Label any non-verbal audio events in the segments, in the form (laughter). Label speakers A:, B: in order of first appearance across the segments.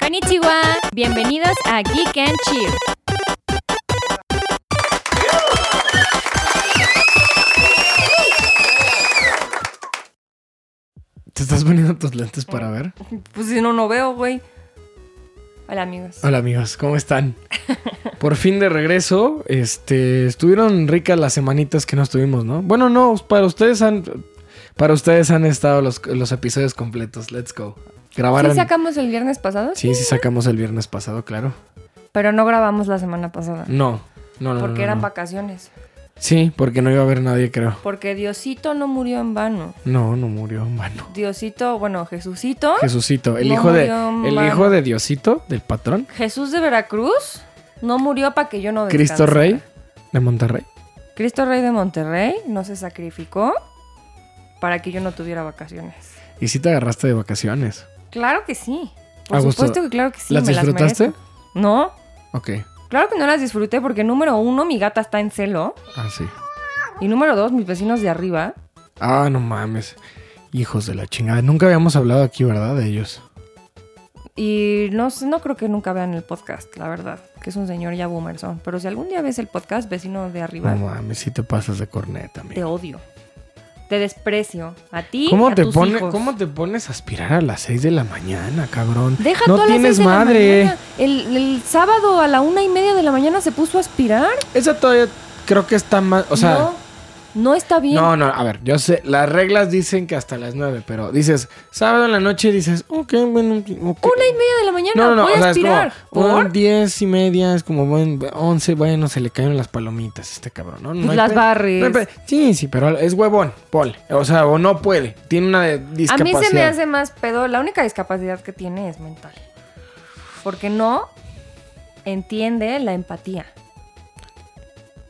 A: Konnichiwa. Bienvenidos a Geek and Chill.
B: ¿Te estás poniendo tus lentes para ver?
C: Pues si no, no veo, güey. Hola, amigos.
B: Hola amigos, ¿cómo están? Por fin de regreso, este, estuvieron ricas las semanitas que no estuvimos, ¿no? Bueno, no, para ustedes han, para ustedes han estado los, los episodios completos. Let's go. Grabaron.
C: ¿Sí sacamos el viernes pasado?
B: sí, sí sacamos el viernes pasado, claro.
C: Pero no grabamos la semana pasada.
B: No, no, no.
C: porque
B: no,
C: eran
B: no.
C: vacaciones.
B: Sí, porque no iba a haber nadie, creo.
C: Porque Diosito no murió en vano.
B: No, no murió, mano.
C: Diosito, bueno, Jesucito.
B: Jesucito, el
C: No
B: hijo de,
C: murió,
B: el
C: mano.
B: hijo de Diosito, del patrón.
C: Jesús de Veracruz no murió para que yo no
B: Cristo
C: descansara.
B: Rey de Monterrey.
C: Cristo Rey de Monterrey no se sacrificó para que yo no tuviera vacaciones.
B: Y sí te agarraste de vacaciones.
C: Claro que sí. Por
B: A gusto.
C: supuesto que claro que sí.
B: ¿Las
C: me
B: disfrutaste?
C: merezco. no,
B: Ok.
C: claro que no las disfruté porque número uno, mi gata está en celo.
B: Ah, sí.
C: Y número dos, mis vecinos de arriba.
B: Ah, no mames. Hijos de la chingada. Nunca habíamos hablado aquí, ¿verdad? De ellos.
C: Y no, sé- no creo que nunca vean el podcast, la verdad, que es un señor ya boomerson. Pero si algún día ves el podcast, vecino de arriba,
B: No mames, si te pasas de corneta,
C: te
B: amigo.
C: odio. Te desprecio. A ti y
B: ¿Cómo
C: a
B: te,
C: tus
B: pone-
C: hijos.
B: ¿Cómo te pones a aspirar a las 6 de la mañana, cabrón?
C: Deja
B: no
C: tú a las
B: tienes
C: seis de la
B: madre.
C: mañana. el, el sábado a la una y media de la mañana se puso a aspirar.
B: Esa todavía creo que está más. O sea.
C: no, no está bien.
B: No, no, a ver, yo sé, las reglas dicen que hasta las 9, pero dices, sábado en la noche dices, ok, bueno, ok.
C: Una y media de la mañana.
B: No, no, no,
C: voy
B: o
C: a
B: sea, es como,
C: aspirar.
B: bueno,
C: ¿Por?
B: 10 y media, es como, bueno, 11, bueno, se le caen las palomitas a este cabrón, ¿no? no
C: Pues
B: hay
C: las
B: pe-
C: barres.
B: no hay pe- sí, sí, pero es huevón, Paul. O sea, o no puede, tiene una de-
C: A mí
B: discapacidad.
C: se me hace más pedo. La única discapacidad que tiene es mental. Porque no entiende la empatía.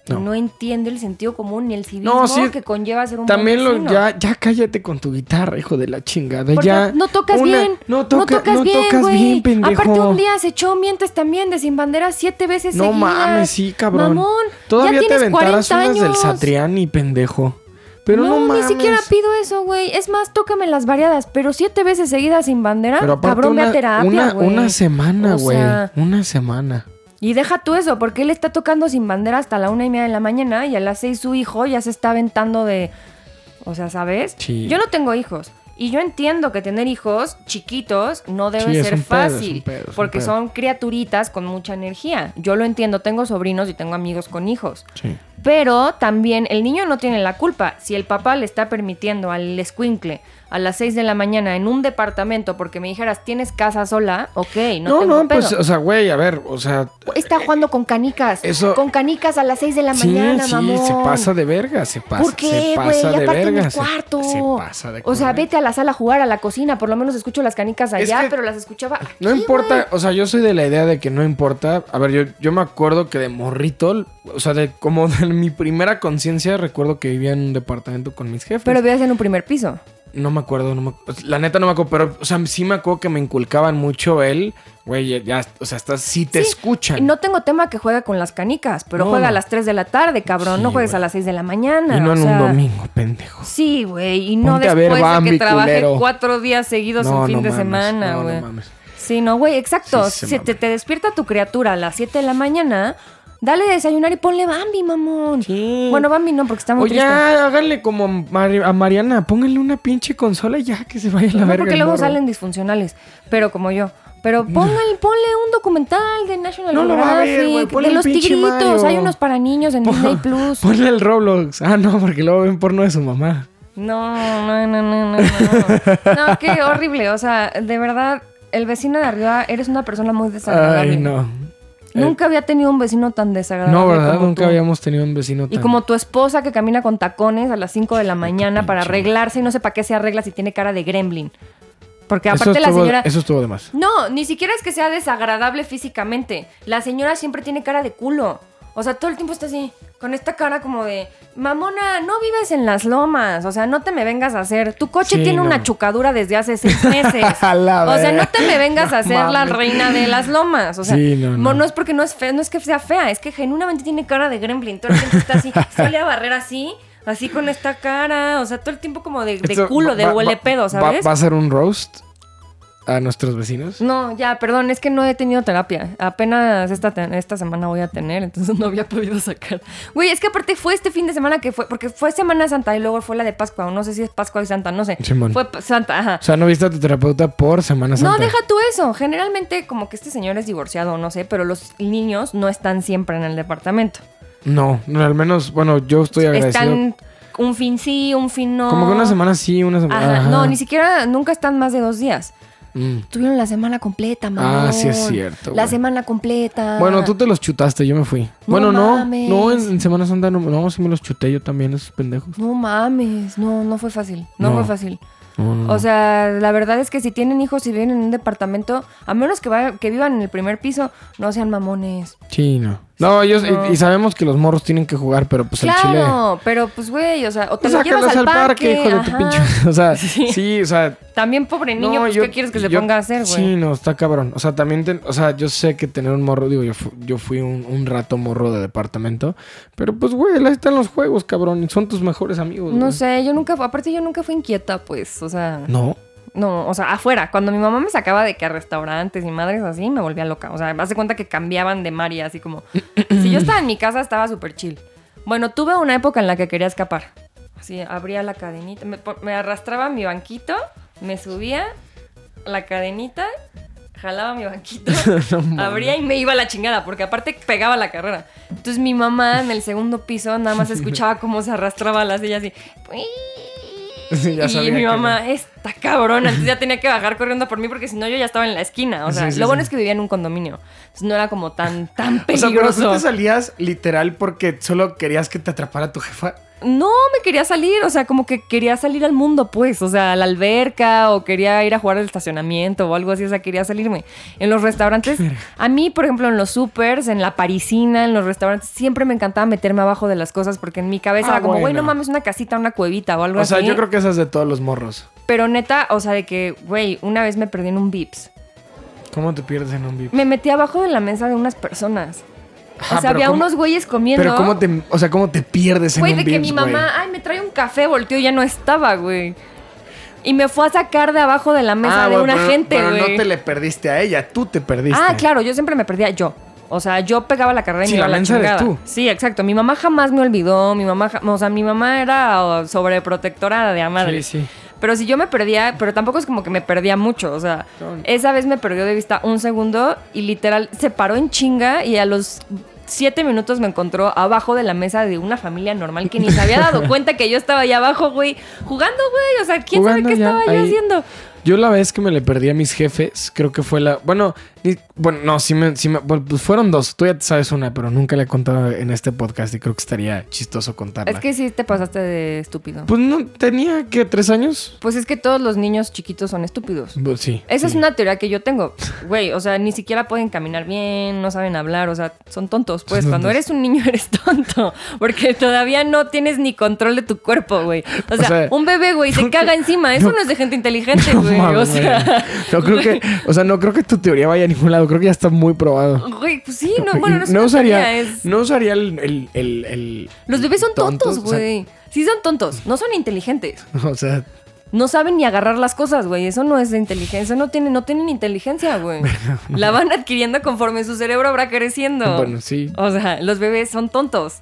C: Y
B: No.
C: No, entiende el sentido común ni el civismo
B: No, sí.
C: que conlleva ser un
B: También
C: buen
B: lo,
C: vecino.
B: ya, ya cállate con tu guitarra, hijo de la chingada,
C: Porque
B: ya.
C: no tocas
B: una-
C: bien.
B: No, toca-
C: tocas
B: no
C: bien,
B: tocas
C: güey.
B: bien, pendejo.
C: Aparte un día se echó mientes también de sin bandera siete veces
B: No
C: seguidas.
B: mames, sí, cabrón.
C: Mamón,
B: Todavía
C: ya
B: te
C: tienes
B: aventarás
C: 40
B: unas del
C: años.
B: Satriani, pendejo. Pero no,
C: no,
B: mames.
C: ni siquiera pido eso, güey. Es más, tócame las variadas, pero siete veces seguidas sin bandera,
B: Pero aparte
C: Ah, cabrón, ve
B: una,
C: a terapia,
B: una,
C: güey.
B: una semana,
C: O
B: güey.
C: sea-
B: Una semana.
C: Y deja tú eso, porque él está tocando sin bandera hasta la una y media de la mañana y a las seis su hijo ya se está aventando de... O sea, ¿sabes?
B: Sí.
C: Yo no tengo hijos. Y yo entiendo que tener hijos chiquitos no debe
B: Sí, es
C: ser
B: un pedo, es un
C: fácil,
B: pedo, es un
C: porque
B: pedo.
C: son criaturitas con mucha energía. Yo lo entiendo, tengo sobrinos y tengo amigos con hijos.
B: Sí.
C: Pero también el niño no tiene la culpa. Si el papá le está permitiendo al escuincle a las 6 de la mañana en un departamento porque me dijeras, tienes casa sola, ok, no,
B: No,
C: tengo
B: no, pues,
C: pedo.
B: o sea, güey, a ver, o sea.
C: Está jugando con canicas.
B: Eso-
C: Con canicas a las 6 de la
B: sí,
C: mañana,
B: sí,
C: mamón.
B: se pasa de verga, se pasa.
C: ¿Por qué,
B: se
C: güey?
B: pasa de
C: Aparte en
B: verga.
C: el
B: se-
C: cuarto.
B: Se, pasa de
C: o sea,
B: correr.
C: vete a la sala a jugar, a la cocina. Por lo menos escucho las canicas
B: Es
C: allá,
B: que-
C: pero las escuchaba. aquí,
B: No importa, o sea, yo soy de la idea de que no importa. A ver, yo, yo me acuerdo que de morrito, o sea, de como de mi primera conciencia, recuerdo que vivía en un departamento con mis jefes.
C: Pero vivías en un primer piso.
B: No me acuerdo, no me ac- La neta no me acuerdo, pero, o sea, sí me acuerdo que me inculcaban mucho el, güey, ya- ya, o sea, estás, sí te
C: Sí,
B: escuchan.
C: Y no tengo tema que juegue con las canicas, pero
B: No,
C: juega a
B: no.
C: las 3 de la tarde, cabrón.
B: Sí,
C: no juegues
B: güey.
C: a las 6 de la mañana.
B: Y no
C: o
B: en
C: sea,
B: un domingo, pendejo.
C: Sí, güey, y no
B: Ponte a ver
C: después de
B: Bambi,
C: que trabajé
B: culero.
C: cuatro días seguidos
B: No,
C: un fin
B: no
C: de
B: mames, no,
C: semana,
B: no
C: güey.
B: mames.
C: sí, no, güey, exacto.
B: Sí, se
C: si te,
B: mama.
C: te despierta tu criatura a las 7 de la mañana, dale de desayunar y ponle Bambi, mamón.
B: Sí.
C: Bueno, Bambi no, porque está muy
B: O ya, háganle como a Mari- a Mariana, pónganle una pinche consola y ya que se vaya a la
C: triste. No,
B: verga.
C: porque
B: el
C: luego
B: morro.
C: salen disfuncionales, pero como yo. Pero póngale, ponle un documental de National
B: No lo va a ver,
C: Geographic,
B: güey, ponle
C: de
B: un
C: los
B: pinche
C: tigritos,
B: Mario.
C: hay unos para niños en
B: Pon-
C: Disney Plus.
B: Ponle el Roblox. Ah, no, porque luego ven porno de su mamá.
C: No, no, no, no, no, no. No, qué horrible. O sea, de verdad, el vecino de arriba, eres una persona muy desagradable.
B: Ay, no.
C: Nunca había tenido un vecino tan desagradable.
B: No, ¿verdad?
C: como
B: Nunca
C: tú.
B: habíamos tenido un vecino
C: Y
B: tan...
C: como tu esposa que camina con tacones a las 5 de la mañana para
B: pinche.
C: arreglarse y no sé para qué se arregla si tiene cara de gremlin. Porque
B: eso
C: aparte
B: estuvo,
C: la señora.
B: Eso estuvo de
C: (laughs)
B: más.
C: No, ni siquiera es que sea desagradable físicamente. La señora siempre tiene cara de culo. O sea, todo el tiempo está así, con esta cara como de, mamona, no vives en las lomas, o sea, no te me vengas a hacer. Tu coche
B: Sí,
C: tiene
B: no.
C: una chucadura desde hace seis meses.
B: (laughs) A la
C: o sea,
B: verga.
C: no te me vengas
B: No (laughs)
C: a hacer la
B: mames.
C: reina de las lomas. O sea,
B: Sí, no, no.
C: mo- es porque no es fea, no es que sea fea, es que genuinamente tiene cara de gremlin. Todo el tiempo
B: (laughs)
C: está así, sale a barrer así, así con esta cara, o sea, todo el tiempo como de, de
B: Esto
C: culo,
B: va-
C: de
B: va-
C: huele pedo,
B: va-
C: ¿sabes?
B: Va, a ser un roast a nuestros vecinos?
C: No, ya, perdón, es que no he tenido terapia. Apenas esta, te- esta semana voy a tener, entonces no había podido sacar. Güey, es que aparte fue este fin de semana que fue, porque fue Semana Santa y luego fue la de Pascua, o no sé si es Pascua y Santa, no sé.
B: Simón.
C: Fue pa- Santa, ajá.
B: O sea, ¿no viste a tu terapeuta por Semana Santa?
C: No, deja tú eso. Generalmente, como que este señor es divorciado, no sé, pero los niños no están siempre en el departamento.
B: No, no, al menos, bueno, yo estoy agradecido.
C: Están un fin sí, un fin no.
B: Como que una semana sí, una semana...
C: Ajá.
B: ajá.
C: No, ni siquiera, nunca están más de dos días.
B: Mm.
C: Tuvieron la semana completa, mamón.
B: Ah, sí es cierto,
C: La
B: güey.
C: semana completa.
B: Bueno, tú te los chutaste, yo me fui. bueno, no,
C: Ah. mames.
B: no, en, en Semana Santa no, no, sí me los chuté yo también, esos pendejos.
C: No mames, no, no fue fácil,
B: No.
C: no,
B: Mm.
C: fue fácil.
B: No, no, no.
C: O sea, la verdad es que si tienen hijos y viven en un departamento, a menos que, vaya- que vivan en el primer piso, no sean mamones.
B: Sí, no. No, ellos, y-
C: No.
B: Y, sabemos que los morros tienen que jugar, pero pues el chile...
C: claro, pero pues güey, o sea, o te
B: Pues
C: lo llevas
B: sácalos
C: al parque,
B: hijo de tu
C: ajá.
B: pinche. (laughs) O sea,
C: Sí.
B: sí, o sea.
C: También pobre niño,
B: no,
C: pues,
B: yo-
C: ¿qué quieres que se
B: yo-
C: ponga a hacer, güey?
B: Sí, no, está cabrón. O sea, también, ten- o sea, yo sé que tener un morro, digo, yo, fu- yo fui un, un rato morro de departamento, pero pues, güey, ahí están los juegos, cabrón. Son tus mejores amigos.
C: No
B: güey.
C: sé, yo nunca, aparte yo nunca fui inquieta, pues, o sea,
B: No.
C: no, o sea, afuera, cuando mi mamá me sacaba de que a restaurantes y madres así, me volvía loca, o sea, me hace cuenta que cambiaban de María, así como, si yo estaba en mi casa estaba súper chill. Bueno, tuve una época en la que quería escapar, así, abría la cadenita, me, po- me arrastraba a mi banquito, me subía la cadenita, jalaba
B: (laughs)
C: mi banquito, abría y me iba a la chingada, porque aparte pegaba la carrera. Entonces mi mamá en el segundo piso
B: (laughs)
C: nada más escuchaba cómo se arrastraba la silla así.
B: Sí, ya
C: y
B: sabía
C: mi
B: que-
C: (laughs) mamá, esta cabrona, entonces ya tenía que bajar corriendo por mí porque si no yo ya estaba en la esquina. O sea,
B: Sí, sí,
C: lo bueno
B: sí.
C: es que vivía en un condominio. Entonces no era
B: (laughs)
C: como tan,
B: O
C: tan
B: sea, pero tú
C: peligroso.
B: te salías literal porque solo querías que te atrapara tu jefa.
C: No, me quería salir, o sea, como que quería salir al mundo, pues, o sea, a la alberca o quería ir a jugar al estacionamiento o algo así, o sea, quería salirme. En los restaurantes, a mí, por ejemplo, en los supers, en la parisina, en los restaurantes, siempre me encantaba meterme abajo de las cosas porque en mi cabeza
B: Ah,
C: era como, güey,
B: bueno.
C: no mames, una casita, una cuevita o algo
B: O
C: así.
B: sea, yo creo que esas de todos los morros.
C: Pero neta, o sea, de que, güey, una vez me perdí en un Vips.
B: ¿Cómo te pierdes en un VIP?
C: Me metí abajo de la mesa de unas personas.
B: Ajá,
C: o sea,
B: pero
C: había
B: ¿cómo-
C: unos güeyes comiendo.
B: Pero cómo te, o sea, cómo te pierdes en
C: Güey,
B: un
C: de
B: VIP.
C: que mi mamá, ay, me trae un café, volteó y ya no estaba, güey. Y me fue a sacar de abajo de la mesa de
B: güey,
C: una
B: Ah, pero-
C: gente,
B: Pero
C: güey.
B: no te le perdiste a ella, tú te perdiste.
C: ah, claro, yo siempre me perdía yo. O sea, yo pegaba la carrera y
B: Sí,
C: me
B: la
C: iba a la
B: mensa eres
C: chingada.
B: tú.
C: Sí, exacto. Mi mamá jamás me olvidó. Mi mamá, ja- o sea, mi mamá era o, sobreprotectora de a madre.
B: Sí, sí.
C: Pero si yo me perdía, pero tampoco es como que me perdía mucho. O sea,
B: Claro.
C: esa vez me perdió de vista un segundo y literal se paró en chinga y a los siete minutos me encontró abajo de la mesa de una familia normal que ni se
B: (laughs)
C: había dado cuenta que yo estaba ahí abajo, güey, jugando, güey. O sea, ¿quién
B: Jugando
C: sabe qué
B: ya,
C: estaba yo
B: ahí.
C: haciendo?
B: Yo la vez que me le perdí a mis jefes, creo que fue la. Bueno, ni- bueno, no, sí me, sí me- bueno, pues fueron dos. Tú ya te sabes una, pero nunca la he contado en este podcast y creo que estaría chistoso contarla.
C: Es que sí te pasaste de estúpido.
B: Pues no, tenía que tres años.
C: Pues es que todos los niños chiquitos son estúpidos.
B: Pues sí.
C: Esa es
B: sí. (laughs)
C: una teoría que yo tengo. Güey, o sea, ni siquiera pueden caminar bien, no saben hablar, o sea, son tontos. Pues
B: Son
C: cuando
B: tontos.
C: eres un niño (laughs) eres tonto, porque todavía no tienes ni control de tu cuerpo, güey. O,
B: O
C: sea,
B: sea,
C: un bebé, güey, se caga encima. Eso no, es de gente inteligente,
B: (laughs) No
C: güey. o
B: mames,
C: sea,
B: no creo que, o sea, no creo que tu teoría vaya a ningún lado. Creo que ya está muy probado.
C: güey, pues sí, no, bueno, no, es
B: no
C: una
B: usaría,
C: teoría, es-
B: no usaría el, el- el- el-
C: Los bebés son tontos,
B: o sea,
C: güey. Sí son tontos, no son inteligentes.
B: O sea,
C: No saben ni agarrar las cosas, güey. Eso no es de inteligencia. Eso no, tiene, no tienen inteligencia,
B: (laughs)
C: güey. La van adquiriendo conforme su cerebro va creciendo.
B: bueno, sí.
C: O sea, los bebés son tontos.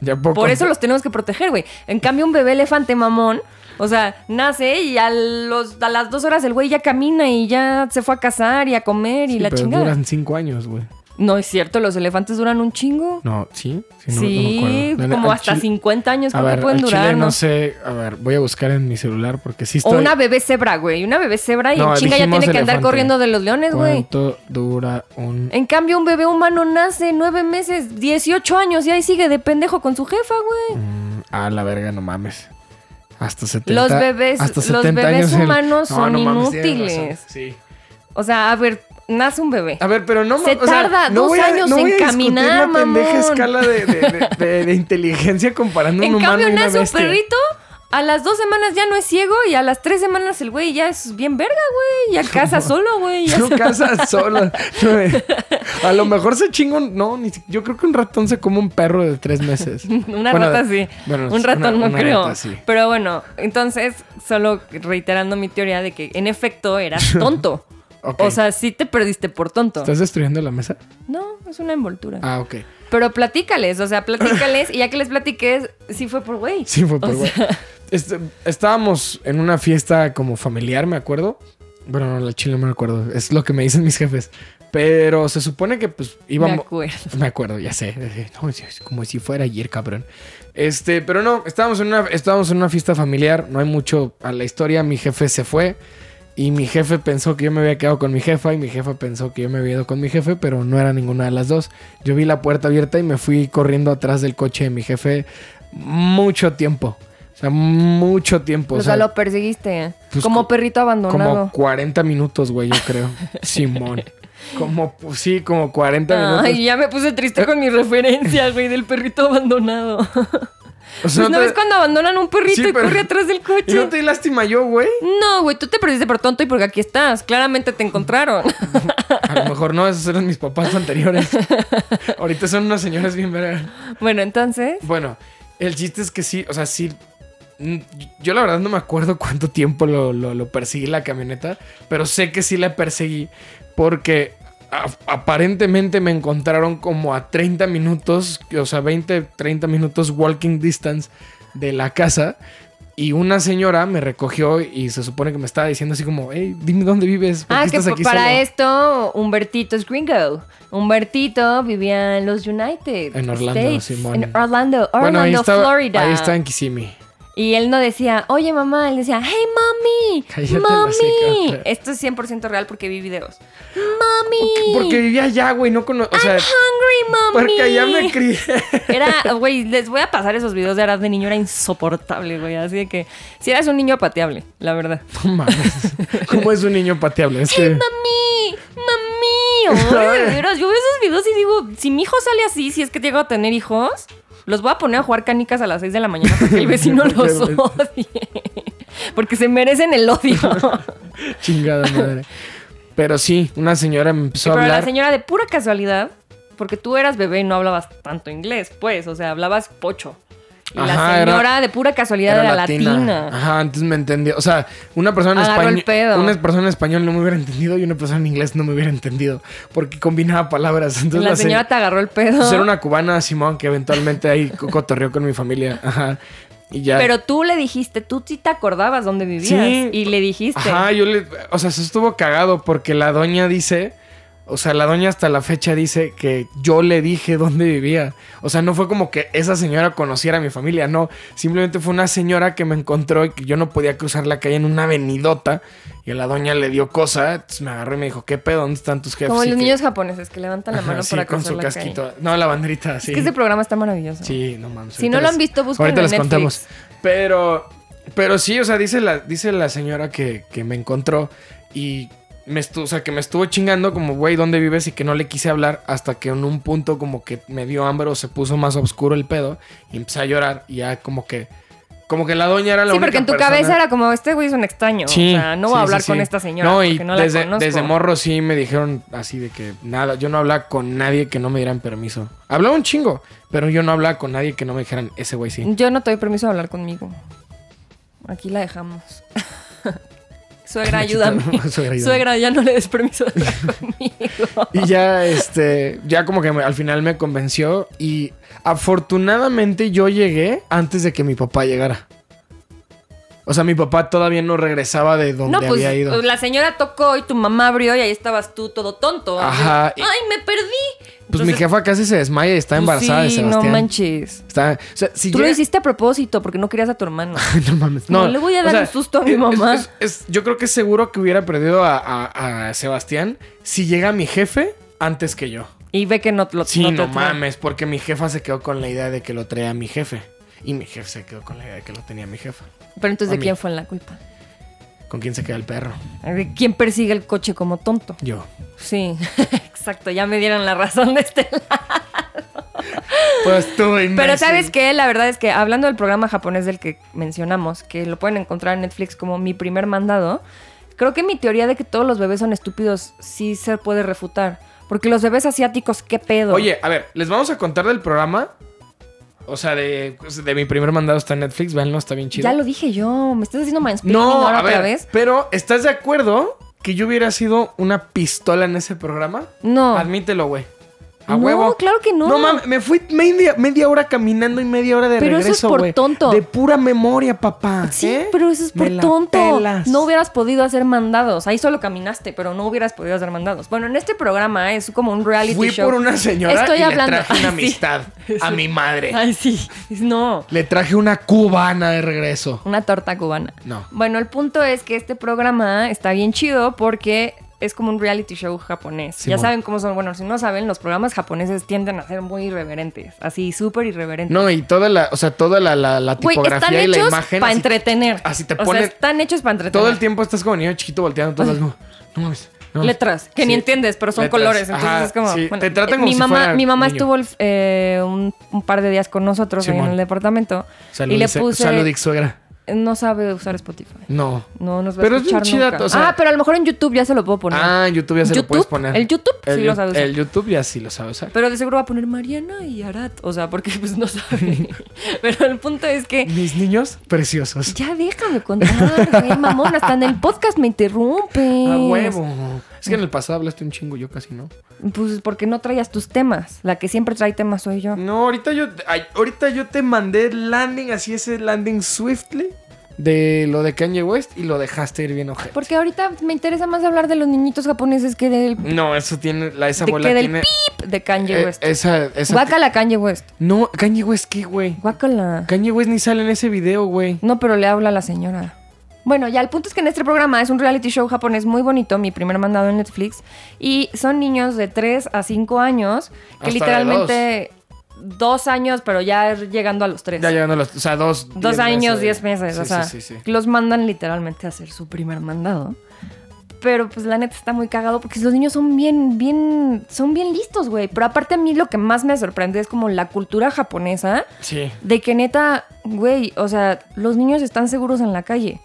B: Ya poco.
C: Por eso los tenemos que proteger, güey. En cambio, un bebé elefante mamón, o sea, nace y a, los, a las dos horas el güey ya camina y ya se fue a cazar y a comer y
B: Sí,
C: la
B: pero
C: chingada.
B: duran cinco años, güey.
C: No es cierto, los elefantes duran un chingo.
B: No, sí. no- no me
C: sí,
B: acuerdo. La-
C: como
B: al
C: hasta
B: chile-
C: 50 años,
B: A
C: ¿cuánto
B: ver,
C: pueden
B: al chile
C: durar? no?
B: no sé. A ver, voy a buscar en mi celular porque sí estoy.
C: O una bebé cebra, güey. Una bebé cebra y
B: No,
C: en chinga ya
B: dijimos
C: tiene que andar
B: elefante.
C: corriendo de los leones, güey.
B: ¿Cuánto dura un.
C: En cambio, un bebé humano nace nueve meses, 18 años y ahí sigue de pendejo con su jefa, güey.
B: Mm, ah, la verga, no mames. Hasta 70.
C: Los bebés-
B: hasta
C: los
B: 70
C: bebés
B: años el-
C: humanos son
B: mames, tienes
C: inútiles.
B: razón, sí.
C: O sea, a ver, nace un bebé.
B: A ver, pero no ma-
C: Se tarda
B: no
C: dos
B: voy a-
C: años
B: no
C: en
B: voy a discutir
C: caminar,
B: la pendeja
C: mamón.
B: escala de, de- de- de- de
C: (laughs)
B: inteligencia comparando
C: En
B: un humano
C: cambio,
B: y una
C: nace un
B: bestia.
C: perrito, a las dos semanas ya no es ciego y a las tres semanas el güey ya es bien verga,
B: (laughs)
C: güey. Ya casa solo, güey. (laughs) ya
B: No
C: se-
B: casa sola. No, eh. A lo mejor se chinga un... No, ni si- yo creo que un ratón se come un perro de tres meses.
C: (laughs) Una
B: Bueno,
C: rata sí.
B: bueno,
C: un ratón
B: una-
C: no
B: una
C: creo.
B: rata sí. (laughs)
C: Pero bueno, entonces, solo reiterando mi teoría de que en efecto eras tonto.
B: Ok.
C: O sea, sí te perdiste por tonto.
B: ¿Estás destruyendo la mesa?
C: No, es una envoltura.
B: Ah, ok.
C: Pero platícales, o
B: (laughs)
C: sea, platícales y ya que les platiques, sí fue por güey.
B: Sí, fue por
C: O
B: güey.
C: sea,
B: Este, estábamos en una fiesta como familiar, me acuerdo. Bueno, no, la chile no me acuerdo. Es lo que me dicen mis jefes. Pero se supone que pues
C: Me
B: íbamos.
C: acuerdo.
B: Me acuerdo, ya sé. Eh, no, es- es como si fuera ayer, cabrón. Este, pero no, estábamos en una, estábamos en una fiesta familiar. No hay mucho a la historia. Mi jefe se fue. Y mi jefe pensó que yo me había quedado con mi jefa. Y mi jefa pensó que yo me había ido con mi jefe. Pero no era ninguna de las dos. Yo vi la puerta abierta y me fui corriendo atrás del coche de mi jefe mucho tiempo. O sea, mucho tiempo.
C: O
B: o
C: sea,
B: sea,
C: lo perseguiste.
B: pues,
C: como
B: co-
C: perrito abandonado.
B: como 40 minutos, güey, yo
C: (laughs)
B: creo. Simón. Como, pues, sí, como 40 minutos.
C: Ay, ya me puse triste con mi referencia, güey, del perrito abandonado.
B: (laughs) O sea,
C: Pues, ¿No
B: te-
C: ves cuando abandonan un perrito
B: Sí,
C: y
B: pero-
C: corre atrás
B: (laughs)
C: del
B: ¿Y
C: coche?
B: no te di lástima yo, güey?
C: No, güey, tú te perdiste por tonto y porque aquí estás. Claramente te encontraron. (laughs)
B: A lo mejor no, esos eran mis papás anteriores. Ahorita son unas señoras bien verga.
C: bueno, entonces.
B: Bueno, el chiste es que sí, o sea, sí. mm, Yo la verdad no me acuerdo cuánto tiempo lo, lo- lo perseguí la camioneta, pero sé que sí la perseguí porque a- aparentemente me encontraron como a 30 minutos, o sea, 20, 30 minutos walking distance de la casa. Y una señora me recogió y se supone que me estaba diciendo así como, hey, dime dónde vives. ¿por
C: Ah,
B: qué
C: que
B: estás
C: pa-
B: aquí
C: para
B: solo?"
C: esto Humbertito es gringo. Humbertito vivía en los United
B: En Orlando,
C: States,
B: Simón.
C: En Orlando,
B: Bueno,
C: Orlando,
B: ahí estaba-
C: Florida.
B: Ahí está en Kissimmee.
C: Y él no decía, oye mamá, él decía, hey mami,
B: Cállate la
C: mami.
B: boca.
C: Esto es 100% real porque vi videos. Mami,
B: Porque vivía allá, güey, no con... O sea,
C: hungry mami.
B: porque allá me crié.
C: Era, güey, les voy a pasar esos videos de Arad de niño, era insoportable, güey. Así de que, si eras un niño pateable, la verdad.
B: (laughs) No mames. ¿Cómo es un niño pateable? Es que...
C: ¡Mami! (laughs) ¡Mami! Ay, de veras, yo veo esos videos y digo, si mi hijo sale así, si es que llego a tener hijos, los voy a poner a jugar canicas a las 6 de la mañana para que (laughs) el vecino los odie. Porque se merecen el (laughs) odio.
B: Chingada madre. Pero sí, una señora me empezó a
C: Pero la
B: hablar.
C: señora, de pura casualidad, porque tú eras bebé y no hablabas tanto inglés, pues, o sea, hablabas pocho. Y
B: Ajá,
C: la
B: era-
C: señora, de pura casualidad, era, latina.
B: Ajá, antes me entendió. O sea, una persona en
C: Agarró el
B: español.
C: pedo.
B: Una persona en español no me hubiera entendido y una persona en inglés no me hubiera entendido. Porque combinaba palabras. Entonces
C: la
B: la se-
C: señora te agarró el pedo.
B: pues, era una cubana, Simón, que eventualmente ahí co- cotorreó con mi familia. Ajá. Y ya.
C: (laughs) Pero tú le dijiste, tú sí te acordabas dónde vivías.
B: Sí.
C: Y le dijiste.
B: Ajá, yo le. O sea, se estuvo cagado porque la doña dice. O sea, la doña hasta la fecha dice que yo le dije dónde vivía. O sea, no fue como que esa señora conociera a mi familia, no. Simplemente fue una señora que me encontró y que yo no podía cruzar la calle en una avenidota. Y a la doña le dio cosa. Entonces me agarró y me dijo, ¿qué pedo? ¿Dónde están tus jefes?
C: Como
B: Y
C: los
B: que-
C: niños japoneses que levantan la
B: Ajá,
C: mano
B: sí,
C: para
B: con
C: cruzar
B: su
C: la
B: casquito.
C: calle.
B: No, la banderita, sí.
C: Es que este programa está maravilloso.
B: Sí, no mames.
C: Si
B: ahorita
C: no lo
B: les-
C: han visto, búsquenlo
B: Ahorita
C: en
B: les
C: Netflix.
B: contamos. Pero, pero sí, o sea, dice la, dice la señora que, que me encontró y me estuvo, o sea, que me estuvo chingando como, güey, ¿dónde vives? Y que no le quise hablar hasta que en un punto como que me dio hambre o se puso más oscuro el pedo y empecé a llorar y ya como que, como que la doña era la
C: Sí,
B: única
C: porque en tu
B: persona-
C: cabeza era como, este güey es un extraño.
B: Sí,
C: o sea, no
B: sí,
C: voy a
B: sí,
C: hablar
B: sí.
C: con esta señora
B: No, y
C: porque no
B: desde,
C: la conozco.
B: desde morro sí me dijeron así de que nada, yo no hablaba con nadie que no me dieran permiso. Hablaba un chingo, pero yo no hablaba con nadie que no me dijeran, ese güey sí.
C: Yo no te doy permiso de hablar conmigo. Aquí
B: (laughs)
C: la dejamos. Suegra, ayúdame.
B: Suegra, (laughs) ayúdame.
C: Suegra, ya no le des permiso de hablar conmigo.
B: Y ya, este, ya como que me- al final me convenció y afortunadamente yo llegué antes de que mi papá llegara. O sea, mi papá todavía no regresaba de donde
C: No, pues
B: había ido.
C: la señora tocó y tu mamá abrió y ahí estabas tú todo tonto.
B: Ajá, y-
C: Ay, me perdí.
B: Pues
C: Entonces,
B: mi jefa casi se desmaya y está
C: pues
B: embarazada
C: sí,
B: de Sebastián.
C: no manches.
B: Está, o sea, si
C: Tú lo
B: llega- (laughs)
C: hiciste a propósito porque no querías a tu hermano.
B: no mames.
C: No, le voy a dar un susto a mi
B: es-
C: mamá.
B: es- es- yo creo que seguro que hubiera perdido a, a- a Sebastián si llega mi jefe antes que yo.
C: Y ve que no lo
B: Sí, no,
C: te atrae.
B: mames, porque mi jefa se quedó con la idea de que lo traía mi jefe. Y mi jefe se quedó con la idea de que lo tenía mi jefa.
C: Pero entonces,
B: A
C: ¿de
B: mí.
C: quién fue la culpa?
B: ¿Con quién se queda el perro?
C: ¿De quién persigue el coche como tonto?
B: Yo.
C: Sí, (laughs) exacto, ya me dieron la razón de este lado.
B: Pues tú,
C: Pero ¿sabes qué? La verdad es que hablando del programa japonés del que mencionamos, que lo pueden encontrar en Netflix como Mi Primer Mandado, creo que mi teoría de que todos los bebés son estúpidos sí se puede refutar. Porque los bebés asiáticos, ¿qué pedo?
B: Oye, a ver, les vamos a contar del programa. O sea, de, de mi primer mandado está en Netflix. Véanlo, está bien chido.
C: ya lo dije yo, me estás haciendo mansplaining
B: No,
C: ahora
B: a ver,
C: otra vez.
B: pero ¿estás de acuerdo que yo hubiera sido una pistola en ese programa,
C: No.
B: admítelo, güey. A
C: No,
B: huevo.
C: claro que no.
B: No mames, me fui media, media hora caminando y media hora de
C: Pero eso es
B: regreso,
C: por
B: güey.
C: tonto.
B: De pura memoria, papá.
C: Sí,
B: ¿eh?
C: pero eso es
B: Me
C: por
B: la
C: tonto.
B: pelas.
C: No hubieras podido hacer mandados. Ahí solo caminaste, pero no hubieras podido hacer mandados. Bueno, en este programa es como un reality
B: Fui
C: show.
B: por una señora
C: Estoy
B: y
C: hablando.
B: le traje una
C: Ay, (laughs) sí.
B: amistad a mi madre.
C: Ay, sí. (laughs) No.
B: Le traje una cubana de regreso.
C: Una torta cubana.
B: No.
C: Bueno, el punto es que este programa está bien chido porque es como un reality show japonés.
B: Simón.
C: Ya saben cómo son. Bueno, si no saben, los programas japoneses tienden a ser muy irreverentes. Así, súper irreverentes.
B: No, y toda la, o sea, toda la, la, la
C: Güey,
B: tipografía
C: están
B: y la
C: hechos
B: imagen.
C: para
B: así-
C: entretener.
B: así te
C: O sea,
B: ponen-
C: están hechos para entretener.
B: todo el tiempo estás como niño chiquito volteando todas como, no mames. no mames".
C: Letras, que ni
B: Sí.
C: entiendes, pero son
B: Letras,
C: colores. Entonces
B: ajá,
C: es como.
B: sí,
C: bueno,
B: te tratan
C: eh,
B: como
C: mi
B: si
C: mamá,
B: fuera
C: mi mamá
B: niño.
C: estuvo el- eh, un, un par de días con nosotros ahí
B: Simón.
C: en el departamento.
B: Salud,
C: y le
B: se-
C: puse.
B: salud, Ix, suegra.
C: No sabe usar Spotify.
B: No.
C: No nos va
B: Pero
C: a
B: es bien
C: escuchar
B: chida,
C: nunca.
B: o sea-
C: ah, pero a lo mejor en YouTube ya se lo puedo poner.
B: Ah, en YouTube ya se lo
C: ¿YouTube?
B: puedes poner.
C: El YouTube sí lo
B: Yu-
C: sabe usar.
B: El YouTube ya sí lo sabe usar.
C: Pero de seguro va a poner Mariana y Arat. O sea, porque pues
B: (laughs)
C: no sabe. pero el punto es que.
B: Mis niños preciosos.
C: Ya déjame contar, güey, mamón. Hasta en el podcast me interrumpe.
B: A huevo. Es que en el pasado hablaste un chingo, yo casi no.
C: Pues porque no traías tus temas. La que siempre trae temas soy yo.
B: No, ahorita yo, ay, ahorita yo te mandé el landing, así ese landing swiftly de lo de Kanye West y lo dejaste ir bien ojete.
C: Porque ahorita me interesa más hablar de los niñitos japoneses que del,
B: No, eso tiene, la, esa
C: de
B: bola
C: que del
B: tiene...
C: pip de Kanye
B: eh,
C: West.
B: esa, esa-
C: Guácala Kanye West.
B: No, Kanye West, ¿qué, güey?
C: Guácala.
B: Kanye West ni sale en ese video, güey.
C: No, pero le habla a la señora. Bueno, ya el punto es que en este programa es un reality show japonés muy bonito, mi primer mandado en Netflix, y son niños de 3 a 5 años,
B: Hasta
C: que
B: de
C: literalmente dos años, pero ya llegando a los 3.
B: Ya llegando a los... O sea, dos...
C: Dos
B: diez
C: años,
B: meses.
C: diez meses,
B: Sí,
C: o sea,
B: Sí, sí, sí.
C: los mandan literalmente a hacer su primer mandado. Pero pues la neta está muy cagado porque los niños son bien, bien, son bien listos, güey. Pero aparte a mí lo que más me sorprende es como la cultura japonesa
B: Sí,
C: de que neta, güey, o sea, los niños están seguros en la calle.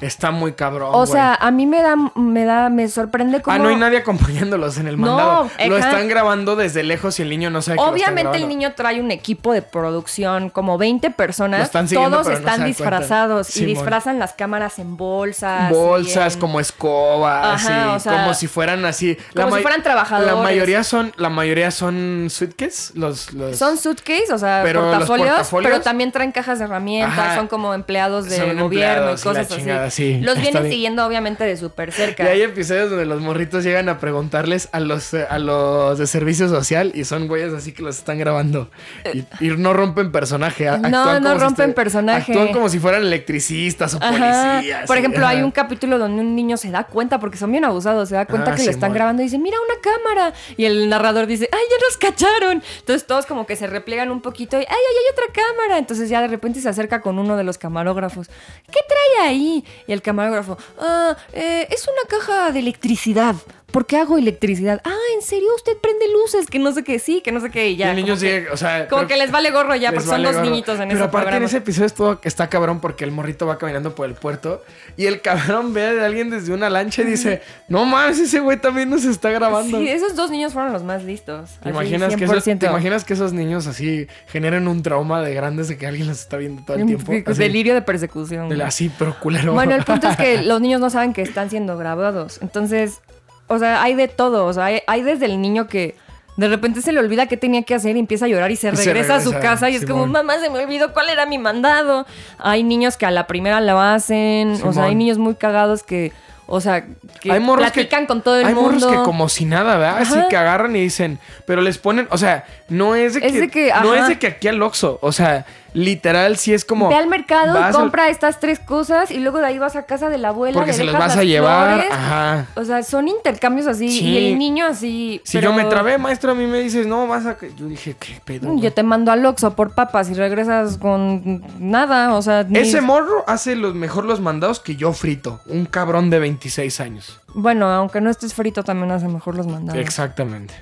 B: está muy cabrón,
C: o
B: Oh, güey.
C: sea, a mí me da, me da, me sorprende como...
B: Ah, no hay nadie acompañándolos en el
C: No,
B: mandado. lo
C: ajá.
B: están grabando desde lejos y el niño no sabe que lo están
C: Obviamente el
B: grabando.
C: niño trae un equipo de producción, como 20 personas,
B: Lo están siguiendo,
C: todos
B: pero no
C: están
B: se dan cuenta.
C: disfrazados y
B: Simón.
C: disfrazan las cámaras en bolsas. y
B: bolsas
C: en-
B: como escobas
C: Ajá,
B: y
C: o sea,
B: como si fueran así
C: como si
B: may-
C: fueran trabajadores.
B: la mayoría son la mayoría son suitcases los, los
C: Son suitcase, o sea,
B: Pero los
C: portafolios,
B: portafolios-
C: pero también traen cajas de herramientas,
B: Ajá.
C: son como empleados de
B: Son
C: gobierno
B: empleados
C: y
B: y la
C: cosas
B: chingada,
C: así.
B: sí,
C: Los
B: está
C: vienen
B: bien.
C: siguiendo obviamente de súper
B: y
C: cerca.
B: hay episodios donde los morritos llegan a preguntarles a los eh, a los de servicio social y son güeyes así que los están grabando y, y no rompen personaje a-
C: No,
B: actúan
C: no
B: como si
C: rompen
B: estu-
C: personaje.
B: actúan como si fueran electricistas o
C: Ajá.
B: policías
C: Por
B: y-
C: ejemplo, hay
B: ajá.
C: un capítulo donde un niño se da cuenta, porque son bien abusados, se da cuenta
B: Ah,
C: que lo están
B: Simón.
C: grabando y dice, mira una cámara. Y el narrador dice, ay, ya nos cacharon. Entonces todos como que se repliegan un poquito y, ay, ay, hay otra cámara. Entonces ya de repente se acerca con uno de los camarógrafos. ¿Qué trae ahí? Y el camarógrafo, ah, eh, es una caja de electricidad. ¿Por qué hago electricidad? Ah, ¿en serio? ¿Usted prende luces? Que no sé qué, sí, que no sé qué. Y
B: Y
C: ya.
B: el niño
C: como que-
B: sigue, o sea,
C: como
B: creo-
C: que les vale gorro ya,
B: Les
C: porque son
B: vale
C: dos
B: gorro.
C: niñitos en
B: Pero
C: ese
B: aparte en
C: programa.
B: ese episodio es todo, está cabrón porque el morrito va caminando por el puerto y el cabrón ve a alguien desde una lancha y dice, no mames, ese güey también nos está grabando.
C: Sí, esos dos niños fueron los más listos.
B: ¿Te
C: así,
B: imaginas, que esos,
C: 100%.
B: ¿Te imaginas que esos niños así generen un trauma de grandes de que alguien los está viendo todo el
C: Un
B: tiempo?
C: pico-
B: Así,
C: Delirio de persecución.
B: del- así, pero culero.
C: Bueno, el punto es
B: (laughs)
C: que los niños no saben que están siendo grabados. Entonces, o sea, hay de todo. O sea, hay, hay desde el niño que de repente se le olvida qué tenía que hacer y empieza a llorar y se
B: Y se
C: regresa, a su
B: regresa,
C: casa y es como,
B: Simón.
C: mamá, se me olvidó cuál era mi mandado. Hay niños que a la primera lo hacen. O sea, hay
B: Simón.
C: niños muy cagados que, o sea, que
B: (laughs) Hay morros que-
C: platican con todo el
B: Hay
C: mundo.
B: morros que como si nada, ¿verdad?
C: Ajá.
B: Así que agarran y dicen, pero les ponen, o sea, no es de que,
C: Es de que,
B: no
C: ajá.
B: es de que aquí al Oxxo, o sea, literal sí es como
C: Ve al mercado y
B: vas al-
C: compra estas tres cosas y luego de ahí vas a casa de la abuela.
B: porque
C: le
B: se los
C: dejas
B: vas a
C: las
B: llevar,
C: flores.
B: ajá.
C: O sea, son intercambios así
B: Sí.
C: y el niño así.
B: Si
C: pero- Mm,
B: yo me trabé, maestro, a mí me dices, no, vas a... que-". Yo dije, ¿qué pedo? güey?".
C: Yo te mando al Oxxo por papas y regresas con nada, o sea... ni-
B: Ese morro hace los mejor los mandados que yo frito. Un cabrón de 26 años.
C: Bueno, aunque no estés frito también hace mejor los mandados.
B: Exactamente.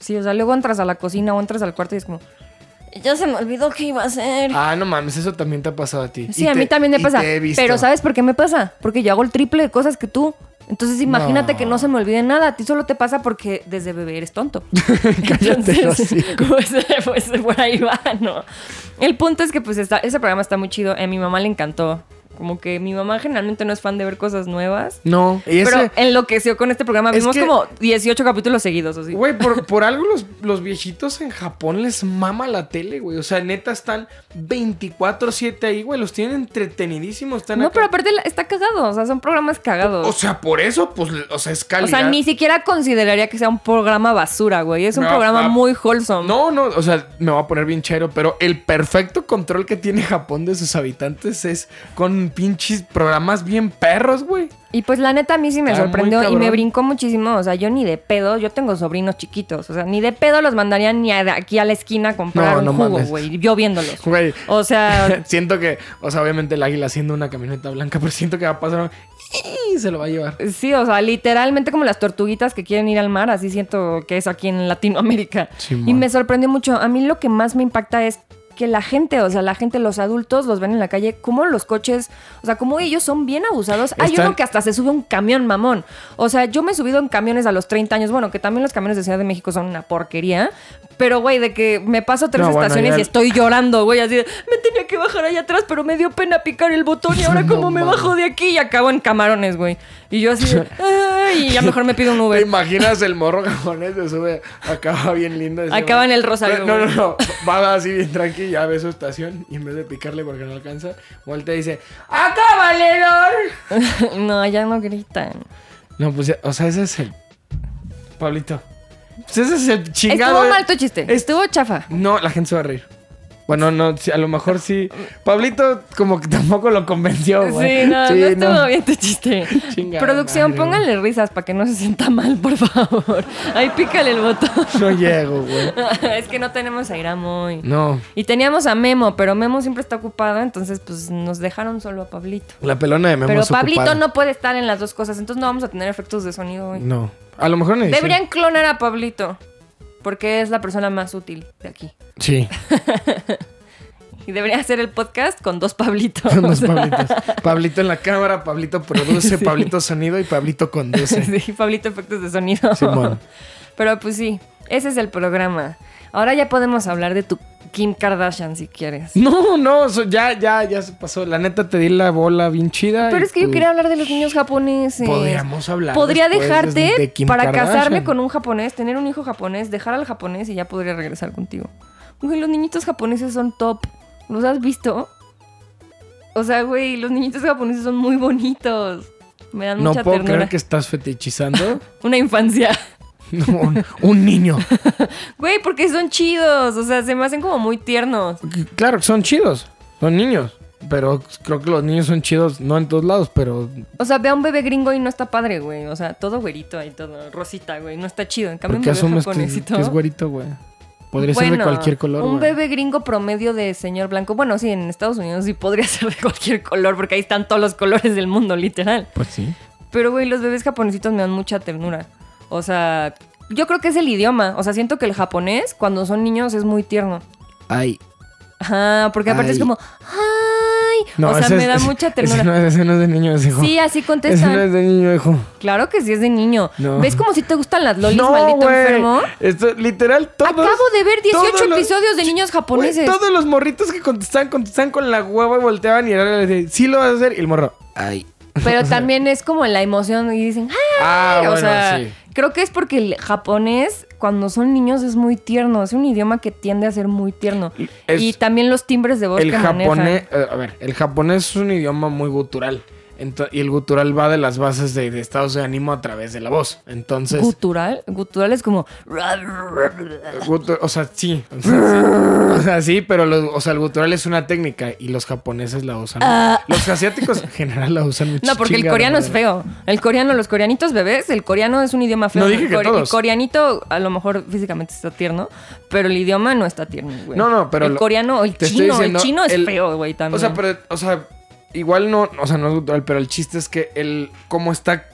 C: Sí, o sea, luego entras a la cocina o entras al cuarto y es como... Ya se me olvidó qué iba a hacer.
B: Ah, no mames, eso también te ha pasado a ti.
C: Sí,
B: Y
C: a
B: te-
C: mí también me
B: y
C: pasa.
B: te he visto.
C: Pero ¿sabes por qué me pasa? Porque yo hago el triple de cosas que tú. Entonces imagínate
B: No.
C: que no se me olvide nada. A ti solo te pasa porque desde bebé eres tonto.
B: (laughs) Cállate,
C: Entonces, (laughs) pues, pues, por ahí va, ¿no? El punto es que pues está, ese programa está muy chido. A mi mamá le encantó. Como que mi mamá generalmente no es fan de ver cosas nuevas.
B: No, y ese...
C: Pero enloqueció con este programa.
B: Es
C: Vimos
B: que-
C: como 18 capítulos seguidos, así.
B: Güey, por, por algo los, los viejitos en Japón les mama la tele, güey. O sea, neta están 24-7 ahí, güey. Los tienen entretenidísimos. Están
C: No,
B: acá.
C: pero aparte la- está cagado. O sea, son programas cagados.
B: O sea, por eso, pues, o sea, es
C: O
B: calidad.
C: sea, ni siquiera consideraría que sea un programa basura, güey. Es un
B: No,
C: programa
B: no.
C: muy wholesome.
B: No, no, o sea, me voy a poner bien chero, pero el perfecto control que tiene Japón de sus habitantes es con pinches programas bien perros, güey.
C: Y pues la neta a mí sí me
B: Está muy
C: sorprendió y
B: cabrón.
C: me brincó muchísimo. O sea, yo ni de pedo, yo tengo sobrinos chiquitos. O sea, ni de pedo los mandaría ni a- de aquí a la esquina a comprar
B: No,
C: un
B: no
C: jugo,
B: mames.
C: güey. Yo viéndolos.
B: Güey.
C: O sea,
B: (laughs) siento que, o sea, obviamente el águila haciendo una camioneta blanca, pero siento que va a pasar y se lo va a llevar.
C: sí, o sea, literalmente como las tortuguitas que quieren ir al mar. Así siento que es aquí en Latinoamérica.
B: Simón.
C: Y me sorprendió mucho. A mí lo que más me impacta es que la gente, o sea, la gente, los adultos los ven en la calle, como los coches, o sea, como ellos son bien abusados. Hay
B: Están-
C: uno que hasta se sube a un camión, mamón. O sea, yo me he subido en camiones a los 30 años, bueno, que también los camiones de Ciudad de México son una porquería, pero güey, de que me paso tres
B: No, bueno,
C: estaciones
B: ya-
C: y estoy llorando, güey, así de, me tenía que bajar allá atrás, pero me dio pena picar el botón y
B: (laughs)
C: ahora
B: No
C: como me
B: mames.
C: bajo de aquí y acabo en camarones, güey. Y yo así,
B: (laughs)
C: de, ay, y ya mejor me pido un
B: ¿Te
C: Uber.
B: imaginas el morro japonés se sube? Acaba bien lindo. ese
C: Acaba
B: güey.
C: en el Rosario,
B: No, no,
C: güey.
B: no. Va así bien tranqui, ya ve su estación y en vez de picarle porque no alcanza, voltea y dice: "¡Ah, ¡Acá, valedor!
C: (laughs) no, ya no gritan.
B: No, pues ya, o sea, ese es el. Pablito. Pues ese es el chingado. eh.
C: Estuvo mal tu chiste.
B: Es-
C: Estuvo chafa.
B: No, la gente se va a reír. Bueno, no, sí, a lo mejor sí. Pablito, como que tampoco lo convenció, güey.
C: Sí, no, no estuvo bien tu chiste.
B: (laughs) Chingada
C: Producción,
B: madre,
C: pónganle risas para que no se sienta mal, por favor. Ahí pícale el botón.
B: No llego, güey.
C: (laughs) es que no tenemos a Iramo hoy.
B: No.
C: Y teníamos a Memo, pero Memo siempre está ocupado, entonces pues nos dejaron solo a Pablito.
B: La pelona de Memo
C: pero
B: es
C: Pablito
B: ocupada.
C: no puede estar en las dos cosas, entonces no vamos a tener efectos de sonido hoy.
B: No. A lo mejor en edición.
C: Deberían clonar a Pablito, porque es la persona más útil de aquí.
B: Sí.
C: (laughs) Y debería hacer el podcast con
B: (laughs)
C: dos Pablitos.
B: Son dos Pablitos. Pablito en la cámara, Pablito
C: (laughs)
B: produce, Pablito sonido y Pablito conduce.
C: Sí, Pablito, efectos de sonido.
B: Simón.
C: Pero pues sí, ese es el programa. Ahora ya podemos hablar de tu Kim Kardashian si quieres.
B: No, no, eso ya, ya, ya se pasó. La neta te di la bola bien chida.
C: Pero
B: y
C: es que yo
B: tú-
C: quería hablar de los niños japoneses.
B: Podríamos hablar
C: Podría
B: después
C: dejarte
B: de Kim
C: para
B: Kardashian.
C: casarme con un japonés, tener un hijo japonés, dejar al japonés y ya podría regresar contigo. Güey, los niñitos japoneses son top. ¿Los has visto? O sea, güey, los niñitos japoneses son muy bonitos. Me dan
B: No
C: mucha
B: puedo
C: ternura.
B: creer que estás fetichizando (laughs)
C: Una infancia. (laughs)
B: No, un, un niño.
C: Güey, porque son chidos. O sea, se me hacen como muy tiernos.
B: Claro, son chidos, son niños. Pero creo que los niños son chidos, no en todos lados, pero
C: O sea, ve a un bebé gringo y no está padre, güey. O sea, todo güerito ahí, todo rosita, güey. No está chido. En cambio,
B: ¿por
C: un
B: qué
C: bebé
B: asumes que,
C: japonés y
B: que es
C: todo-
B: güerito, güey? Podría ser de
C: Bueno,
B: cualquier color,
C: Un
B: güey.
C: bebé gringo promedio de señor blanco. Bueno, sí, en Estados Unidos sí podría (laughs) ser de cualquier color, porque ahí están todos los colores del mundo, literal.
B: Pues sí.
C: Pero, güey, los bebés japonesitos me dan mucha ternura. O sea, yo creo que es el idioma. O sea, siento que el japonés, cuando son niños, es muy tierno.
B: Ay.
C: Ajá, porque aparte
B: Ay.
C: es como, ¡ay! o sea,
B: ese
C: me
B: es- (laughs)
C: da
B: ese-
C: mucha
B: Ese
C: ternura.
B: no, es- ese no es de niño, ese hijo.
C: Sí, así
B: ese
C: contestan.
B: no es de niño, hijo.
C: Claro que sí es de niño.
B: No.
C: ¿Ves como si te gustan las lolis,
B: no,
C: maldito
B: güey.
C: enfermo?
B: Esto, literal, todos.
C: Acabo de ver 18
B: todos los-
C: episodios de niños
B: Güey,
C: japoneses.
B: todos los morritos que contestaban, contestaban con la hueva y volteaban y era le decía, sí lo vas a hacer. Y el morro, ay. (laughs)
C: Pero también es como la emoción y dicen, ¡ay!
B: Ah,
C: o
B: bueno,
C: sea,
B: sí.
C: creo que es porque el japonés, cuando son niños, es muy tierno. Es un idioma que tiende a ser muy tierno.
B: Es-
C: y también los timbres de voz
B: el
C: que
B: japonés,
C: manejan.
B: eh, a ver, el japonés es un idioma muy gutural. Ento- y el gutural va de las bases de, de estados de ánimo a través de la voz. Entonces,
C: Gutural. Gutural es como...
B: gutu- o sea, sí. O sea, sí. O sea, sí, pero lo- o sea, el gutural es una técnica y los japoneses la usan. Los asiáticos en general la usan mucho.
C: Ah. No, porque el
B: Chingada
C: coreano es
B: madre.
C: feo. El coreano, los coreanitos bebés, el coreano es un idioma feo.
B: No dije
C: el,
B: que todos.
C: el coreanito a lo mejor físicamente está tierno, pero el idioma no está tierno, güey.
B: No, no, pero
C: El
B: lo-
C: coreano o el
B: te
C: chino,
B: estoy diciendo,
C: el chino es
B: el-
C: feo, güey, también.
B: O sea, pero, o sea, igual no, o sea, no es gutural, pero el chiste es que el, cómo está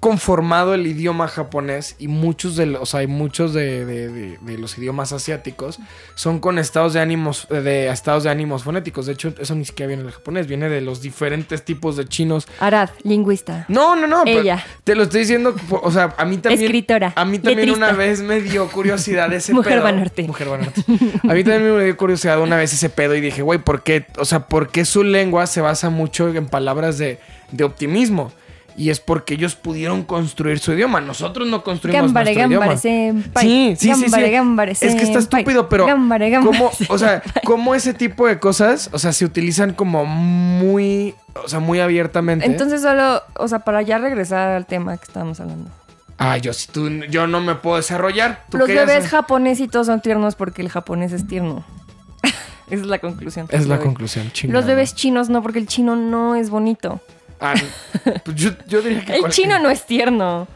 B: conformado el idioma japonés y muchos de los, o sea, hay muchos de, de- de- de los idiomas asiáticos son con estados de ánimos, de estados de ánimos fonéticos. De hecho, eso ni siquiera viene del japonés, viene de los diferentes tipos de chinos.
C: Arad, lingüista.
B: No, no, no. pero
C: Ella.
B: Te lo estoy diciendo, po- o sea, a mí también.
C: Escritora,
B: A mí también
C: letrista.
B: una vez me dio
C: (laughs)
B: curiosidad ese
C: Mujer
B: pedo.
C: Banorte.
B: Mujer Banorte. A mí también me dio curiosidad una vez ese pedo y dije, güey, ¿por qué? O sea, ¿por qué su lengua se basa mucho en palabras de, de optimismo? Y es porque ellos pudieron construir su idioma. Nosotros no construimos
C: Gambare,
B: nuestro
C: gambare,
B: idioma.
C: senpai.
B: Sí, sí, sí,
C: Gambare,
B: sí.
C: gambare,
B: es que está
C: senpai.
B: estúpido, pero
C: Gambare, gambare,
B: ¿cómo, o
C: (laughs)
B: sea, cómo ese tipo de cosas, o sea, se utilizan como muy, o sea, muy abiertamente.
C: Entonces solo, o sea, para ya regresar al tema que estábamos hablando.
B: Ah, yo si tú, yo no me puedo desarrollar. ¿Tú
C: Los
B: qué ya
C: bebés
B: sabes?
C: japonesitos son tiernos porque el japonés es tierno. (laughs) Esa es la conclusión.
B: Es la
C: Lo-
B: conclusión, chingada.
C: Los bebés chinos no, porque el chino no es bonito.
B: Ah, no. Pues yo, yo diría que.
C: El
B: cualquier-
C: chino no es tierno.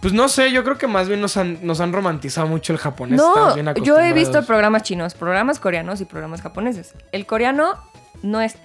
B: Pues no sé, yo creo que más bien nos han, nos han romantizado mucho el japonés.
C: No,
B: estamos bien
C: yo he
B: acostumbrados.
C: visto programas chinos, programas coreanos y programas japoneses. El coreano no es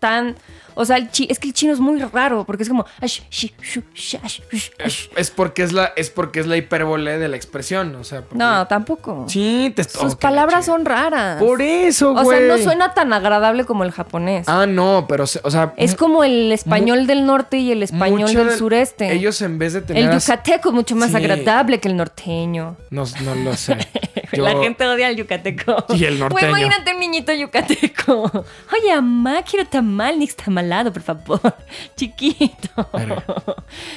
C: tan... O sea, el chi- es que el chino es muy raro porque es como... ash, shi, shu, sha, ash, ush, ash.
B: Es, es porque es la, es porque es la hipérbole de la expresión, o sea. porque-
C: No, tampoco.
B: Sí, te
C: Sus palabras son raras.
B: Por eso, güey.
C: o sea, no suena tan agradable como el japonés.
B: Ah, no, pero, se- o sea.
C: es
B: mu-
C: como el español del norte y el español
B: mucho
C: del
B: de-
C: sureste.
B: Ellos en vez de tener.
C: el
B: as-
C: yucateco es mucho más
B: Sí.
C: agradable que el norteño.
B: No, no lo sé.
C: (laughs) La
B: Yo-
C: gente odia al yucateco.
B: (laughs) Y el norteño.
C: Güey, imagínate un niñito yucateco. (laughs) Oye, mamá, quiero tamal, nix tamalado, por favor. (laughs) Chiquito. (laughs)
B: Verga.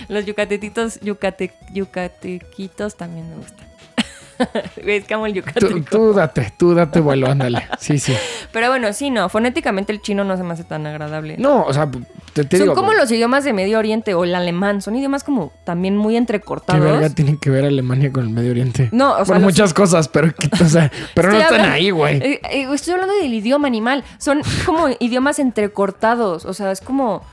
C: Los yucatetitos, yucate, yucatequitos también me gustan. (laughs) Güey, es que amo el yucateco.
B: Tú, tú date, tú date vuelo, ándale. Sí, sí.
C: Pero bueno, sí, no. Fonéticamente el chino no se me hace tan agradable.
B: No, o sea, te, te
C: son
B: digo.
C: como los idiomas de Medio Oriente o el alemán. Son idiomas como también muy
B: ¿Qué verga
C: entrecortados.
B: tiene que ver Alemania con el Medio Oriente?
C: No, o sea,
B: Bueno,
C: los-
B: muchas cosas, pero, (laughs) que- o sea, pero no
C: Estoy
B: están
C: hablando-
B: ahí, güey.
C: Eh, eh, estoy hablando del idioma animal.
B: (laughs)
C: Son como idiomas entrecortados. O sea, es como.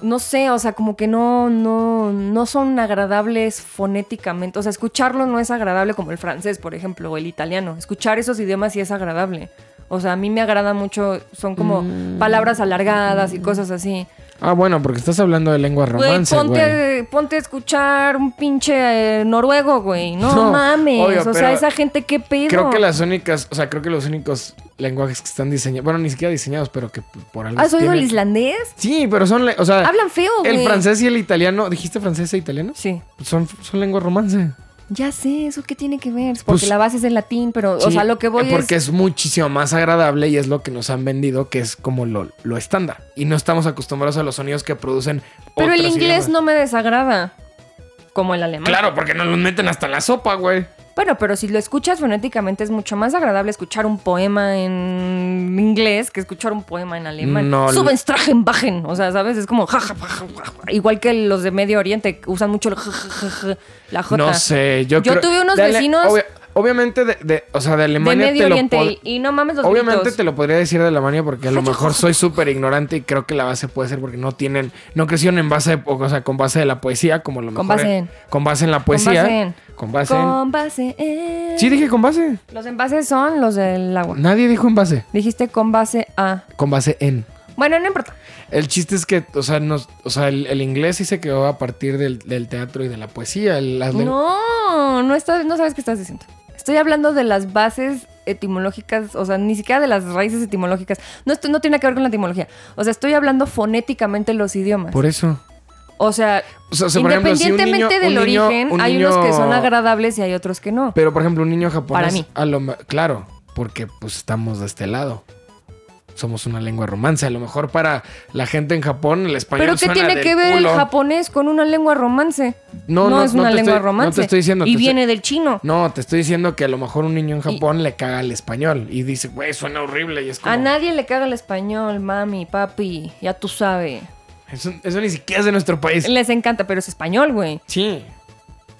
C: No sé, o sea, como que no, no, no son agradables fonéticamente. O sea, escucharlo no es agradable como el francés, por ejemplo, o el italiano. Escuchar esos idiomas sí es agradable. O sea, a mí me agrada mucho, son como
B: Mm.
C: palabras alargadas y cosas así.
B: Ah, bueno, porque estás hablando de lengua
C: Güey,
B: romance, güey.
C: ponte, ponte a escuchar un pinche eh, noruego, güey.
B: (laughs)
C: No,
B: No,
C: mames.
B: obvio,
C: o
B: pero
C: sea, esa gente, qué pedo.
B: Creo que las únicas, o sea, creo que los únicos lenguajes que están diseñados, bueno, ni siquiera diseñados, pero que p- por algo.
C: ¿Has oído el
B: tienen-
C: islandés?
B: Sí, pero son, le- o sea,
C: Hablan feo, güey.
B: el francés y el italiano, ¿dijiste francés e italiano?
C: Sí.
B: Son, son lengua romance.
C: Ya sé, ¿eso qué tiene que ver? Porque
B: Pues-
C: la base es el latín, pero, o
B: Sí,
C: sea, lo que voy
B: Porque
C: es...
B: es muchísimo más agradable y es lo que nos han vendido, que es como lo, lo estándar. Y no estamos acostumbrados a los sonidos que producen.
C: Pero el
B: otros
C: inglés
B: idiomas.
C: no me desagrada, como el alemán.
B: Claro, porque nos los meten hasta la sopa, güey.
C: Bueno, pero si lo escuchas fonéticamente es mucho más agradable escuchar un poema en inglés que escuchar un poema en alemán.
B: No,
C: No, Suben, strachen, bajen. O sea, ¿sabes? Es como... ja, ja, ja, ja, ja. Igual que los de Medio Oriente que usan mucho el ja, ja, ja, ja, la J.
B: No sé, yo
C: Yo
B: creo-
C: tuve unos
B: de Ale-
C: vecinos-
B: obvia- obviamente, de, de- o sea, de
C: De
B: Alemania
C: Medio
B: te lo pod-
C: Oriente. Y, y no mames los
B: Obviamente
C: gritos.
B: te lo podría decir de Alemania porque a lo mejor soy súper ignorante y creo que la base puede ser porque no tienen, no crecieron en base, de- o sea, con base de la poesía, como lo mejor.
C: Con base en.
B: con base en la
C: Con
B: poesía.
C: base en.
B: Con base en-
C: Con base en-
B: Sí, dije con base.
C: Los envases son los del agua.
B: Nadie dijo en base.
C: Dijiste con base a.
B: Con base en.
C: Bueno, no importa.
B: El chiste es que, o sea, nos, o sea el, el inglés sí se quedó a partir del, del teatro y de la poesía. el- las lengu-
C: No, no, estás, no sabes qué estás diciendo. Estoy hablando de las bases etimológicas, o sea, ni siquiera de las raíces etimológicas. No, esto no tiene que ver con la etimología. O sea, estoy hablando fonéticamente los idiomas.
B: Por eso.
C: O sea,
B: O sea, o sea, por ejemplo, si un niño-
C: independientemente del
B: un niño-
C: origen,
B: un
C: hay
B: niño-
C: unos que son agradables y hay otros que no.
B: Pero, por ejemplo, un niño japonés.
C: Para mí.
B: a lo me- claro, porque pues estamos de este lado. Somos una lengua romance. A lo mejor para la gente en Japón el español
C: Pero ¿qué
B: suena
C: tiene
B: del
C: que ver el
B: culo.
C: japonés con una lengua romance?
B: No, no,
C: es
B: no
C: una
B: te estoy-
C: lengua
B: no te
C: romance.
B: estoy diciendo,
C: Y
B: te
C: viene del chino.
B: No, te estoy diciendo que a lo mejor un niño en Japón le caga el español y dice, güey, suena horrible. Y es como.
C: A nadie le caga el español, mami, papi, ya tú sabes.
B: Eso, eso ni siquiera es de nuestro país.
C: Les encanta, pero es español, güey.
B: Sí.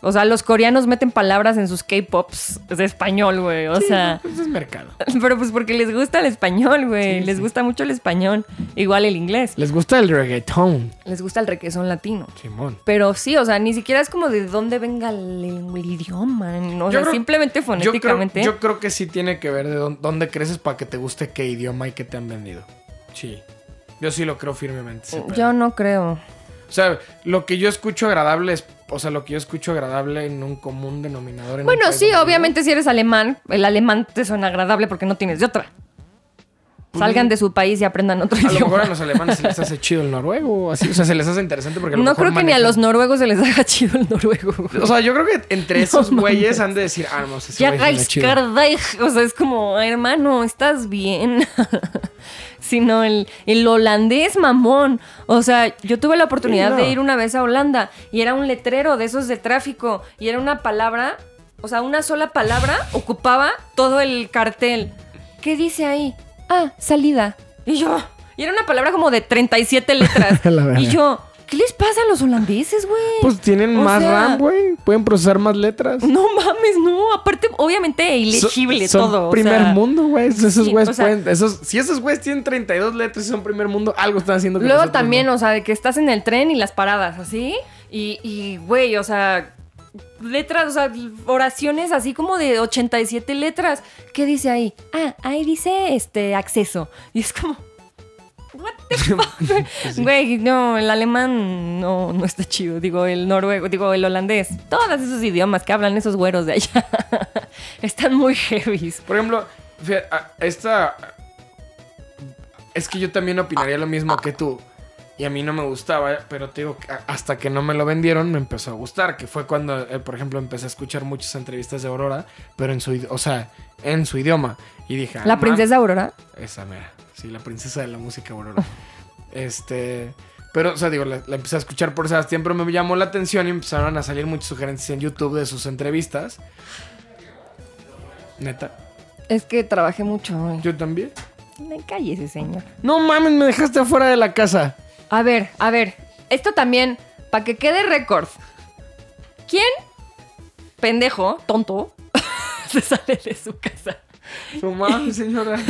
C: O sea, los coreanos meten palabras en sus K-pops de español, güey. O sea,
B: Eso pues, es mercado.
C: pero pues porque les gusta el español, güey. les gusta mucho el español. Igual el inglés.
B: Les gusta el reggaetón,
C: Les gusta el requesón latino.
B: Simón.
C: Pero sí, o sea, ni siquiera es como de dónde venga el, el idioma. ¿no? O
B: Yo
C: sea,
B: creo-
C: simplemente
B: Yo creo,
C: fonéticamente.
B: yo creo que sí tiene que ver de dónde, dónde creces para que te guste qué idioma y qué te han vendido. Sí. Yo sí lo creo firmemente. ese
C: Mm, yo,
B: pedo.
C: no creo.
B: O O sea, lo que yo escucho agradable es. O sea, lo que yo escucho agradable en un común denominador. en un
C: Bueno,
B: país
C: sí,
B: donde
C: obviamente si eres alemán, el alemán te suena agradable porque no tienes de otra. Salgan de su país y aprendan otro
B: vivo. Pues A lo mejor
C: (laughs) idioma.
B: a los alemanes se les hace chido el noruego. Así, o sea, se les hace interesante porque a lo
C: No
B: mejor
C: creo que ni a
B: manejan-
C: los noruegos se les haga chido el noruego. güey.
B: O sea, yo creo que
C: (laughs)
B: entre esos güeyes han de decir, ah, no sé si
C: Ya Geiskardeich, o sea, es como, hermano, estás bien. (laughs) Sino el, el holandés mamón. O sea, yo tuve la
B: Sí,
C: oportunidad
B: no.
C: de ir una vez a Holanda y era un letrero de esos de tráfico y era una palabra, o sea, una sola palabra ocupaba todo el cartel. ¿Qué dice ahí? Ah, salida. Y yo, y era una palabra como de 37
B: (laughs)
C: letras.
B: La verga.
C: y yo, ¿qué les pasa a los holandeses, güey?
B: Pues tienen
C: O
B: más
C: sea,
B: RAM, güey. Pueden procesar más letras.
C: (laughs) No mames, no. Aparte, obviamente, ilegible
B: Son- son
C: todo. o
B: primer
C: sea.
B: mundo, güey. Esos
C: sí,
B: güeyes
C: o sea-
B: pueden- esos- si esos güeyes tienen 32 letras y son primer mundo, algo están haciendo. que
C: Luego
B: nosotros
C: también,
B: no.
C: o sea, de que estás en el tren y las paradas, así. Y, y, güey, o sea, letras, o sea, oraciones así como de 87 letras. ¿Qué dice ahí? Ah, ahí dice este acceso. Y es como. What
B: (laughs)
C: the fuck? Güey, no, el alemán no, no está chido. Digo, el noruego, digo, el holandés. Todos esos idiomas que hablan esos güeros de allá (laughs) están muy heavy.
B: Por ejemplo, fíjate, a- esta. Es que yo también opinaría lo mismo que tú. Y a mí no me gustaba, pero te digo, que a- hasta que no me lo vendieron me empezó a gustar, que fue cuando, eh, por ejemplo, empecé a escuchar muchas entrevistas de Aurora, pero en su, id- o sea, en su idioma. Y dije, ah,
C: La
B: ma-
C: princesa Aurora.
B: Esa mera. Sí, la princesa de la música Aurora. (laughs) este. Pero, o sea, digo, la, la empecé a escuchar por Sebastián, pero me llamó la atención y empezaron a salir muchas sugerencias en YouTube de sus entrevistas. Neta,
C: Es que trabajé mucho hoy.
B: yo también.
C: Me calle ese señor.
B: No mames, me dejaste afuera de la casa.
C: A ver, a ver. Esto también, para que quede récord. ¿Quién? Pendejo, tonto. (laughs) se sale de su casa.
B: No mames, señora.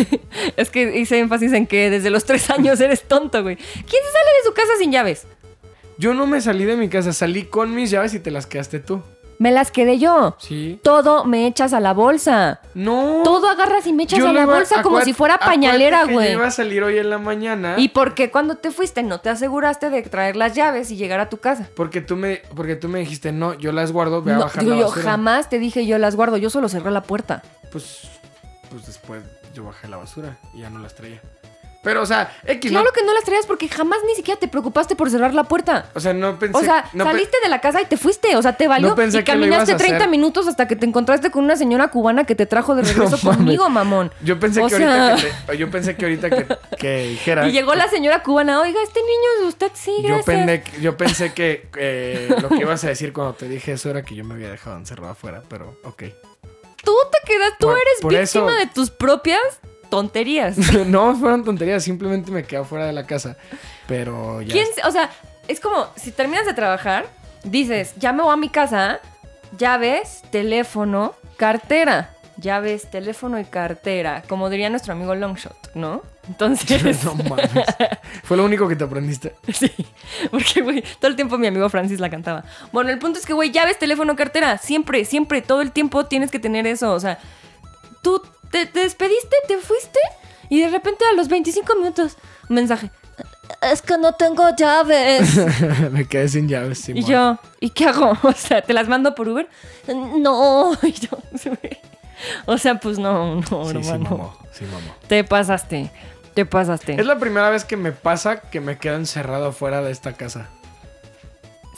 C: Es que hice énfasis en que desde los tres años eres tonto, güey. ¿Quién se sale de su casa sin llaves?
B: (laughs) Yo no me salí de mi casa, salí con mis llaves y te las quedaste tú.
C: Me las quedé yo.
B: Sí.
C: Todo me echas a la bolsa.
B: No.
C: Todo agarras y me echas
B: Yo
C: a
B: le
C: la
B: iba-
C: bolsa como
B: acuérdate-
C: si fuera
B: acuérdate
C: pañalera,
B: que yo
C: güey.
B: Iba a salir hoy en la mañana.
C: ¿Y por qué cuando te fuiste no te aseguraste de traer las llaves y llegar a tu casa?
B: Porque tú me, porque tú me dijiste, no, yo las guardo, voy a
C: No,
B: bajar
C: digo,
B: la
C: yo
B: basura.
C: jamás te dije yo las guardo, yo solo cerré la puerta.
B: Pues, pues después yo bajé la basura y ya no las traía. Pero, o sea, X,
C: Claro
B: no-
C: que no las traías porque jamás ni siquiera te preocupaste por cerrar la puerta.
B: O sea, no pensé.
C: O sea,
B: no pe-
C: saliste de la casa y te fuiste, o sea, te valió
B: No pensé
C: y
B: que lo ibas
C: caminaste
B: a hacer.
C: 30 minutos hasta que te encontraste con una señora cubana que te
B: (laughs)
C: trajo de regreso
B: mames.
C: conmigo, mamón.
B: Yo pensé
C: o
B: que
C: sea-
B: ahorita que te- yo pensé que ahorita que, que dijera.
C: (laughs) Y llegó la señora cubana, oiga, este niño es de usted, sí,
B: yo,
C: gracias.
B: pende- yo pensé que eh, lo que ibas a decir cuando te dije eso era que yo me había dejado encerrado afuera, pero ok. (laughs)
C: Tú te quedas, tú
B: Por-
C: eres
B: por
C: víctima
B: eso-
C: de tus propias tonterías.
B: no fueron tonterías, simplemente me quedé afuera de la casa. Pero ya. (laughs)
C: ¿Quién, se- o sea, es como si terminas de trabajar, dices, ya me voy a mi casa, llaves, teléfono, cartera. Llaves, teléfono y cartera, como diría nuestro amigo Longshot, ¿no?
B: (laughs)
C: Entonces,
B: No mames. Fue lo único que te aprendiste. (laughs)
C: sí, (laughs) porque, güey, todo el tiempo mi amigo Francis la cantaba. Bueno, el punto es que, güey, llaves, teléfono, cartera, siempre, siempre, todo el tiempo tienes que tener eso, o sea, tú te, te despediste, te fuiste y de repente a los 25 minutos, un mensaje, es que no tengo llaves.
B: me quedé sin llaves. Simón.
C: Y yo, ¿y qué hago? (laughs) O sea, ¿te las mando por Uber? No, (laughs) y yo, güey. o sea, pues no, no,
B: Sí, sí,
C: hermano.
B: mamó. Sí, mamó.
C: te pasaste, te pasaste.
B: Es la primera vez que me pasa que me quedo encerrado afuera de esta casa.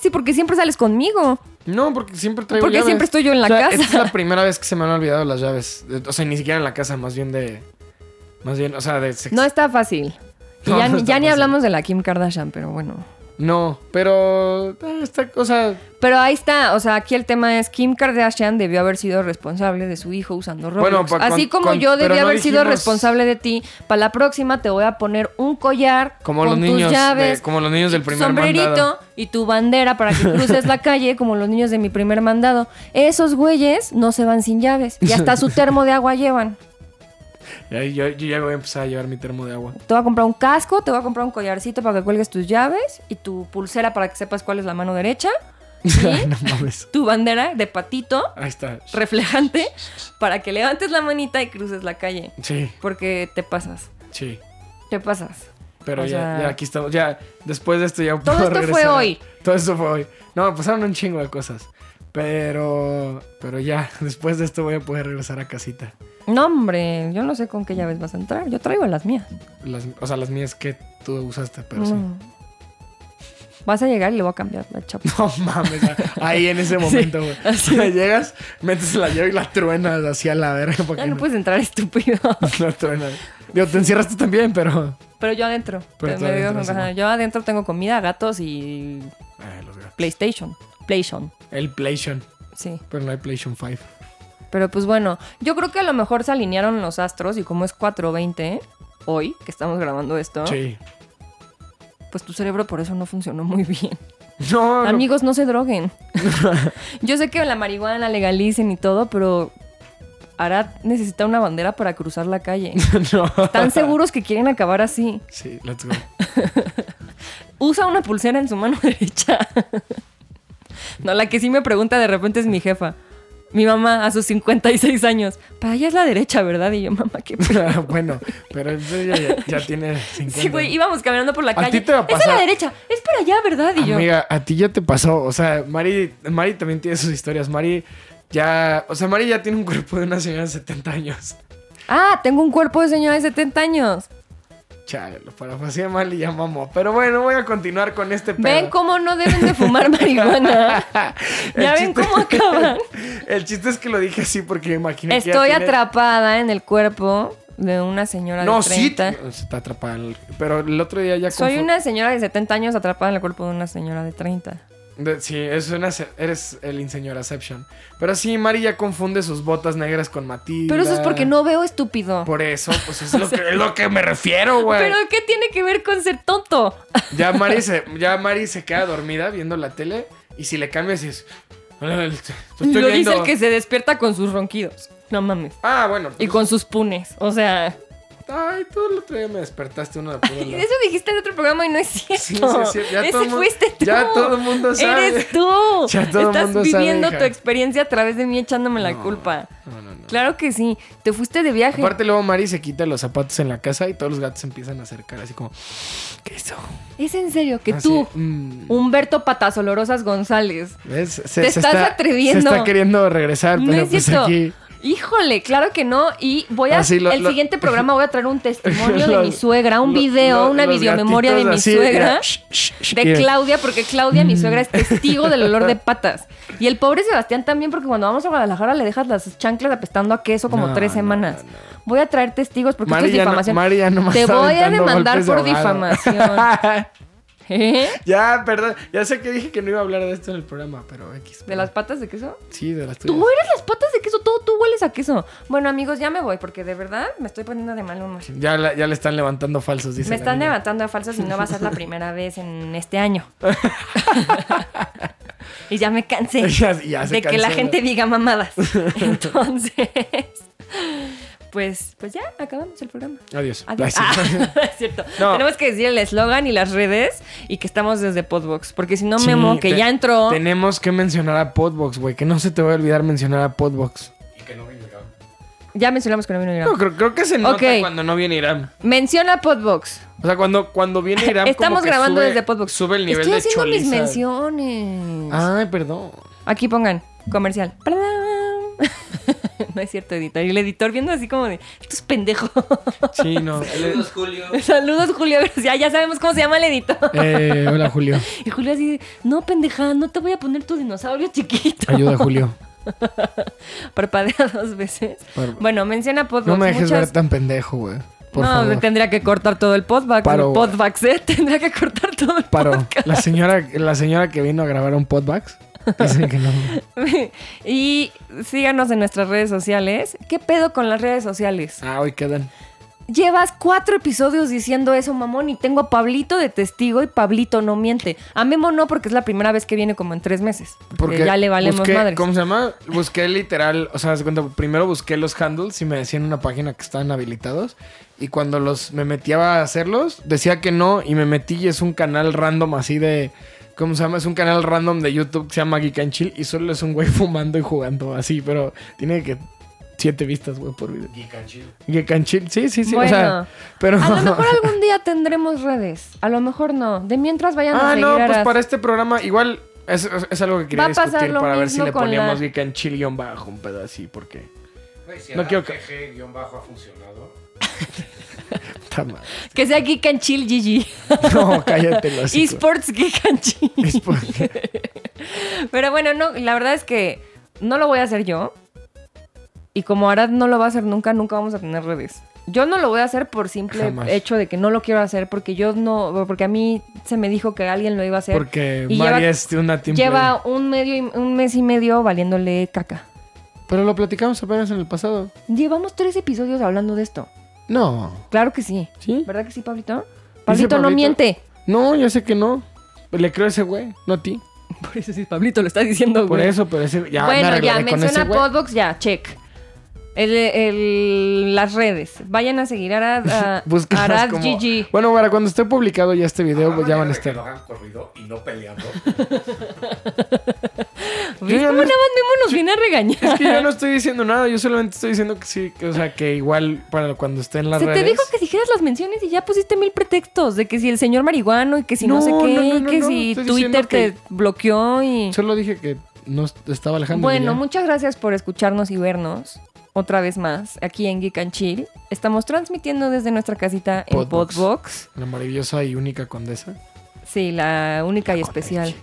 C: Sí, porque siempre sales conmigo.
B: No, porque siempre traigo
C: Porque
B: llaves.
C: siempre estoy yo en la
B: O sea,
C: casa.
B: esta es la primera vez que se me han olvidado las llaves. O sea, ni siquiera en la casa, más bien de... Más bien, o sea, de... sex-
C: (laughs) No está fácil. Y
B: No,
C: ya,
B: no
C: ni-
B: está
C: ya ni
B: fácil.
C: hablamos de la Kim Kardashian, pero bueno.
B: No, pero... eh, Esta cosa...
C: Pero ahí está, o sea, aquí el tema es Kim Kardashian debió haber sido responsable de su hijo usando Roblox.
B: Bueno, pa-
C: Así
B: con-
C: como
B: con-
C: yo
B: pero
C: debí
B: no
C: haber sido
B: dijimos-
C: responsable de ti, para la próxima te voy a poner un collar
B: Como
C: con
B: los
C: tus
B: niños de-
C: llaves,
B: como los niños
C: y
B: del
C: tu
B: primer
C: sombrerito
B: mandado.
C: y tu bandera para que cruces la calle como los niños de mi primer mandado. Esos güeyes no se van sin llaves y hasta su termo de agua llevan.
B: Ay, Yo, yo ya voy a empezar a llevar mi termo de agua.
C: Te voy a comprar un casco, te voy a comprar un collarcito para que cuelgues tus llaves y tu pulsera para que sepas cuál es la mano derecha,
B: (laughs) no mames.
C: tu bandera de patito
B: Ahí está.
C: reflejante para que levantes la manita y cruces la calle.
B: Sí,
C: Porque te pasas,
B: sí. (laughs)
C: te pasas.
B: Pero
C: O
B: ya,
C: sea-
B: ya aquí estamos. Ya, después de esto ya
C: Todo
B: puedo
C: esto fue
B: regresar.
C: hoy.
B: Todo esto fue hoy. No, pasaron un chingo de cosas. Pero, pero ya, (laughs) después de esto voy a poder regresar a casita.
C: No, hombre, yo no sé con qué llaves vas a entrar. Yo traigo las mías.
B: Las- o sea, las mías que tú usaste, pero sí.
C: No. Vas a llegar y le voy a cambiar la chapa.
B: (laughs) No mames, ahí en
C: (laughs)
B: ese momento, güey. (laughs)
C: así.
B: Llegas, metes la llave y la truenas hacia la verga. Porque
C: Ya no puedes entrar, (laughs) estúpido.
B: (laughs) no truena. Digo, te encerras tú también, pero.
C: Pero yo adentro.
B: Pero
C: Te-
B: tú
C: me veo-
B: adentro, sí,
C: ajá,
B: bueno.
C: yo adentro tengo comida, gatos y
B: Ay, eh, los gatos.
C: PlayStation. PlayStation,
B: El PlayStation,
C: sí.
B: pero no hay PlayStation 5.
C: Pero pues bueno, yo creo que a lo mejor se alinearon los astros y como es 4.20 hoy que estamos grabando esto,
B: Sí.
C: pues tu cerebro por eso no funcionó muy bien.
B: No, no.
C: Amigos, no se droguen. yo sé que la marihuana la legalicen y todo, pero Arad necesita una bandera para cruzar la calle.
B: (laughs) no. (laughs)
C: ¿Están seguros que quieren acabar así?
B: Sí, let's go. (laughs)
C: Usa una pulsera en su mano (laughs) derecha. No, la que sí me pregunta de repente es mi jefa. Mi mamá a sus 56 años. Para ella es la derecha, ¿verdad? Y yo, mamá,
B: (laughs)
C: qué (laughs) p-".
B: bueno, pero entonces ya, ya, ya tiene 50.
C: Sí, güey, íbamos caminando por la
B: A ti
C: calle.
B: te va a
C: Es a
B: pasar.
C: la derecha, es para allá, ¿verdad? Y yo,
B: Amiga, a ti ya te pasó. O sea, Mari, Mari también tiene sus historias. Mari ya. O sea, Mari ya tiene un cuerpo de una señora de 70 años.
C: ah, tengo un cuerpo de señora de 70 años.
B: Chale, lo parafraseé mal y ya mamó. Pero bueno, voy a continuar con este pedo. (laughs)
C: Ven cómo no deben de fumar marihuana.
B: El
C: ya ven cómo acaban.
B: (laughs) El chiste es que lo dije así porque me imaginé que ya
C: Estoy
B: tiene-
C: atrapada en el cuerpo de una señora
B: No,
C: de 30.
B: sí. Se está atrapada. en el- Pero el otro día ya
C: Soy
B: confu-
C: una señora de 70 años atrapada en el cuerpo de una señora de 30.
B: De- sí, es una, se- eres el inseñoraception. Pero sí, Mari ya confunde sus botas negras con Matilda.
C: Pero eso es porque no veo estúpido.
B: Por eso, pues
C: (laughs)
B: es lo, que, es lo que me refiero, güey.
C: Pero ¿qué tiene que ver con ser tonto?
B: Ya, Mari se, ya Mari se queda dormida viendo la tele y si le cambias es... "Hola, te- te Pues estoy
C: Lo
B: viendo".
C: dice el que se despierta con sus ronquidos. No mames.
B: Ah, bueno.
C: Y
B: pues,
C: con sus punes. O sea,
B: Ay, tú el otro día me despertaste una
C: (laughs)
B: pura la-
C: eso dijiste en otro programa y no es cierto.
B: Sí, sí, es cierto. Ya
C: Ese
B: todo el mu-
C: fuiste tú.
B: ya todo el mundo sabe.
C: Eres tú.
B: (laughs) Ya todo el
C: Estás
B: mundo sabe,
C: viviendo
B: hija.
C: tu experiencia a través de mí echándome la
B: No,
C: culpa.
B: No, no, no.
C: Claro que sí. Te fuiste de viaje.
B: Aparte luego Mari se quita los zapatos en la casa y todos los gatos se empiezan a acercar así como... ¿Qué hizo?
C: es en serio que
B: Así,
C: tú,
B: mm.
C: Humberto Patazolorosas González,
B: ¿Ves? Se,
C: Te estás atreviendo.
B: Se está queriendo regresar,
C: No
B: pero
C: es
B: pues
C: cierto.
B: aquí.
C: Híjole, claro que no. Y voy a.
B: Así Ah, lo-
C: el
B: lo-
C: siguiente programa voy a traer un testimonio
B: (laughs)
C: de
B: Los-
C: mi suegra, un
B: lo-
C: video,
B: lo-
C: una
B: los
C: videomemoria de mi
B: gatitos así, ah,
C: suegra.
B: mira, shh, shh, shh,
C: De
B: mira.
C: Claudia, porque Claudia, mi suegra, es testigo del olor
B: (laughs)
C: de patas. Y el pobre Sebastián también, porque cuando vamos a Guadalajara le dejas las chanclas apestando a queso como
B: No,
C: tres
B: no,
C: semanas.
B: no, no.
C: Voy a traer testigos porque
B: Mari
C: esto es
B: ya no-
C: difamación.
B: Mari ya nomás
C: Te
B: está
C: voy a
B: aventando
C: demandar
B: golpes
C: por
B: de ahogado.
C: difamación. ¿Eh?
B: (laughs) ya, perdón. Ya sé que dije que no iba a hablar de esto en el programa, pero X.
C: ¿De las patas de queso?
B: Sí, de las tuyas.
C: Tú eres las patas de queso, todo tú hueles a queso. Bueno, amigos, ya me voy porque de verdad me estoy poniendo de mal humor.
B: Ya, la- ya le están levantando falsos, dice.
C: Me
B: la
C: están
B: niña.
C: levantando a falsos y no va a
B: (laughs)
C: ser la primera vez en este año. y ya me cansé
B: Ya- (laughs) ya se
C: de que la
B: cansó.
C: gente
B: (laughs)
C: diga mamadas. Entonces, pues, pues ya acabamos el programa.
B: Adiós.
C: Adiós.
B: Ay, (laughs) sí.
C: Ah, (laughs) es cierto.
B: No.
C: Tenemos que decir el eslogan y las redes y que estamos desde Podbox. Porque si no,
B: Sí,
C: Memo, que
B: te-
C: ya entró.
B: Tenemos que mencionar a Podbox, güey. Que no se te va a olvidar mencionar a Podbox.
C: Ya mencionamos que no vino Irán.
B: No, creo, creo que se nota
C: Ok.
B: cuando no viene Irán.
C: Menciona Podbox.
B: O sea, cuando, cuando viene Irán. como
C: Estamos
B: que
C: grabando
B: sube-
C: desde Podbox.
B: Sube el nivel
C: Estoy
B: de
C: haciendo mis
B: choliza.
C: menciones.
B: Ay, perdón.
C: Aquí pongan comercial. ¡Pradam! (laughs) No es cierto, editor. Y el editor viendo así como de, estos pendejos.
B: Sí,
C: (laughs)
B: no.
D: Saludos, Julio.
C: Saludos, Julio García. Ya sabemos cómo se llama el editor.
B: Eh, hola, Julio.
C: Y Julio así, no, pendeja, no te voy a poner tu dinosaurio chiquito.
B: Ayuda, Julio.
C: (laughs) Parpadea dos veces.
B: Par-
C: Bueno, menciona Podbox.
B: No me dejes
C: Pues, Muchas-
B: ver tan pendejo, güey. Por
C: no, me
B: favor.
C: tendría que cortar todo el podback.
B: Paro.
C: Podbacks, ¿eh? (laughs) Tendría que cortar todo el (laughs)
B: Paro.
C: podcast.
B: La señora, la señora que vino a grabar un podbox dice
C: (laughs)
B: que no.
C: y síganos en nuestras redes sociales. ¿Qué pedo con las redes sociales?
B: Ah, hoy quedan.
C: Llevas cuatro episodios diciendo eso, mamón, y tengo a Pablito de testigo y Pablito no miente. A Memo no, porque es la primera vez que viene como en tres meses. Porque,
B: Porque
C: ya le valemos
B: busqué-
C: madres.
B: ¿Cómo se llama? Busqué literal, o sea, haz de cuenta, primero busqué los handles y me decían una página que estaban habilitados. Y cuando los me metía a hacerlos, decía que no y me metí y es un canal random así de... ¿Cómo se llama? Es un canal (laughs) random de YouTube que se llama Geek and Chill y solo es un güey fumando y jugando así, pero tiene que siete vistas, güey, por video.
D: Geek and Chill.
B: Que canchil, sí, sí, sí.
C: Bueno.
B: O sea, pero. (laughs)
C: A lo mejor algún día tendremos redes. A lo mejor no. De mientras vayan a
B: ah,
C: seguir
B: no,
C: a
B: pues
C: las-
B: para este programa, igual es, es- es algo que quería
C: Va a pasar
B: discutir
C: lo
B: para ver si
C: mismo
B: le
C: con
B: poníamos
C: la-
B: Geek and Chill guión bajo, un pedo así, porque.
D: Güey, si
B: No
D: no
B: quiero
D: quiero
B: que-
D: bajo ha funcionado.
B: Puta
C: (laughs)
B: madre.
C: Que sea Geek and Chill GG.
B: No, cállate, lo
C: Esports Geek and Chill. (laughs) Pero bueno, no, la verdad es que no lo voy a hacer yo. Y como Arad no lo va a hacer nunca, nunca vamos a tener redes. Yo no lo voy a hacer por simple
B: Jamás.
C: hecho de que no lo quiero hacer, porque yo no, porque a mí se me dijo que alguien lo iba a hacer.
B: Porque
C: Y
B: María
C: lleva-
B: es una team
C: Lleva un medio y- un mes y medio valiéndole caca.
B: player. Pero lo platicamos apenas en el pasado.
C: Llevamos tres episodios hablando de esto.
B: No.
C: Claro que sí.
B: ¿Sí?
C: ¿Verdad que sí, Pablito? Pablito no
B: Pablito.
C: miente.
B: No, yo sé que no. Le creo a ese güey, no a ti.
C: (laughs) Por eso sí, Pablito lo está diciendo,
B: Por eso, pero ese. Ya me
C: bueno, ya,
B: arreglaré con ese
C: menciona
B: güey.
C: Podbox, ya, check. El- el- las redes. Vayan a seguir a Arad, a-
B: (laughs) Búscanos
C: Arad
B: como-
C: GG.
B: Bueno, para cuando esté publicado ya este video,
C: Ah,
D: Habrá
B: pues ya van a
D: manera de Ah, que lo
B: estar.
D: hagan corrido y no peleando.
B: Yo
C: ¿Ves
B: ya
C: cómo
B: no-
C: nada más Memo nos viene a regañar?
B: Es que
C: (laughs)
B: yo no estoy diciendo nada, yo solamente estoy diciendo que sí, que, o sea, que igual para cuando esté en las
C: Se
B: redes.
C: te dijo que dijeras las menciones y ya pusiste mil pretextos de que si el señor marihuano y que si no,
B: No,
C: sé qué,
B: no, no, no,
C: que
B: no,
C: si
B: estoy
C: Twitter
B: diciendo que-
C: te bloqueó y...
B: Solo dije que no est- estaba alejando. ya.
C: Bueno, muchas gracias por escucharnos y vernos otra vez más aquí en Geek and Chill. Estamos transmitiendo desde nuestra casita en
B: Podbox.
C: Podbox.
B: La maravillosa y única condesa.
C: Sí, la única y especial.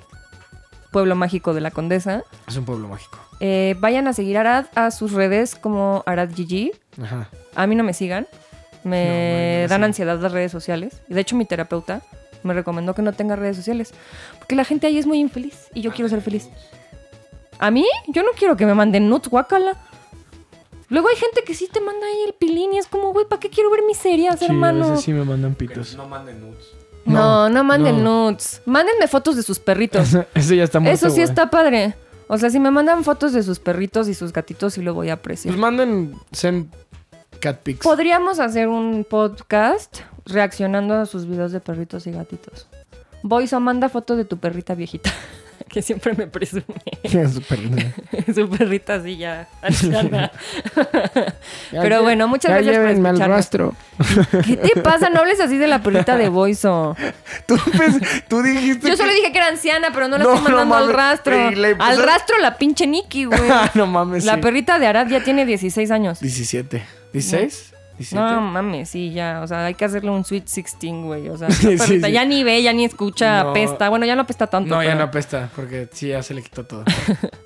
C: Pueblo mágico de la condesa.
B: Es un pueblo mágico.
C: Eh, vayan a seguir a Arad a sus redes como Arad GG.
B: Ajá.
C: A mí no me sigan. Me
B: No, no, no,
C: dan
B: sí.
C: ansiedad las redes sociales. De hecho, mi terapeuta me recomendó que no tenga redes sociales. Porque la gente ahí es muy infeliz y
B: Ah,
C: yo quiero ser feliz. ¿A mí? Yo no quiero que me manden nuts, guácala. Luego hay gente que sí te manda ahí el pilín y es como, güey, ¿para qué quiero ver miserias,
B: Sí,
C: hermano?
B: a veces sí me mandan (laughs)
D: Que
B: pitos. (laughs)
D: no manden nudes.
C: No, no,
B: No,
C: manden
B: no.
C: nuts. Mándenme fotos de sus perritos.
B: Eso, eso ya está muerto,
C: Eso sí
B: güey.
C: está padre. O sea, si me mandan fotos de sus perritos y sus gatitos, sí lo voy a apreciar.
B: Pues manden send cat pics. (laughs)
C: Podríamos hacer un podcast reaccionando a sus videos de perritos y gatitos. Boys, o manda fotos de tu perrita viejita, (laughs) que siempre me presume. (laughs)
B: Súper.
C: Su perrita así ya
B: (laughs)
C: anciana.
B: Ya
C: (laughs) Pero
B: lle-
C: bueno, muchas
B: ya
C: gracias por
B: llévenme al
C: escucharnos.
B: rastro.
C: ¿Qué te pasa? No hables así de la perrita de Boiso.
B: (laughs) Tú, pens- tú dijiste
C: Yo
B: Pues que-
C: solo dije que era anciana, pero no la
B: No,
C: estoy
B: no
C: mandando al
B: mames.
C: rastro.
B: Y le empezó-
C: Al rastro la pinche
B: (laughs)
C: Nikki, güey.
B: Ah, no mames,
C: La
B: sí.
C: perrita de Arad ya tiene 16 años.
B: 17. ¿16? 17.
C: No mames, sí, ya. O sea, hay que hacerle un Sweet 16, güey. O
B: (laughs)
C: sea,
B: Sí,
C: la perrita
B: sí.
C: ya ni ve, ya ni escucha,
B: No.
C: apesta. Bueno, ya no apesta tanto.
B: No, ya
C: pero,
B: no apesta, porque sí, ya se le quitó todo.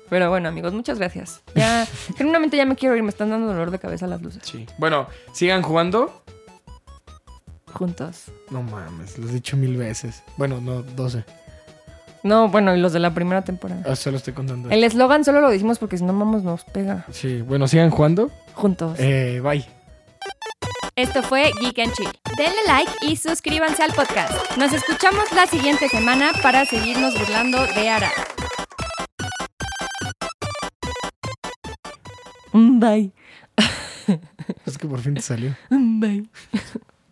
C: pero bueno, amigos, muchas gracias.
B: (laughs)
C: Ya, genuinamente ya me quiero ir. Me están dando dolor de cabeza las luces.
B: Sí. Bueno, sigan jugando.
C: Juntos.
B: No mames, lo he dicho mil veces. Bueno, no, 12.
C: No, bueno, y los de la primera temporada.
B: Ah, Solo estoy contando.
C: El eslogan solo lo decimos porque si no, vamos, nos pega.
B: Sí, bueno, sigan jugando.
C: Juntos.
B: Eh, bye.
A: Esto fue Geek and Chill. Denle like y suscríbanse al podcast. Nos escuchamos la siguiente semana para seguirnos burlando de Ara.
C: Mm, Bye.
B: Es que por fin te salió.
C: Mm, Bye. (laughs)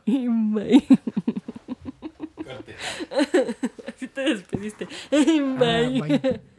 C: Mm, Bye.
D: Corte.
C: Así te despediste. Mm,
B: Ah,
C: Bye.
B: bye.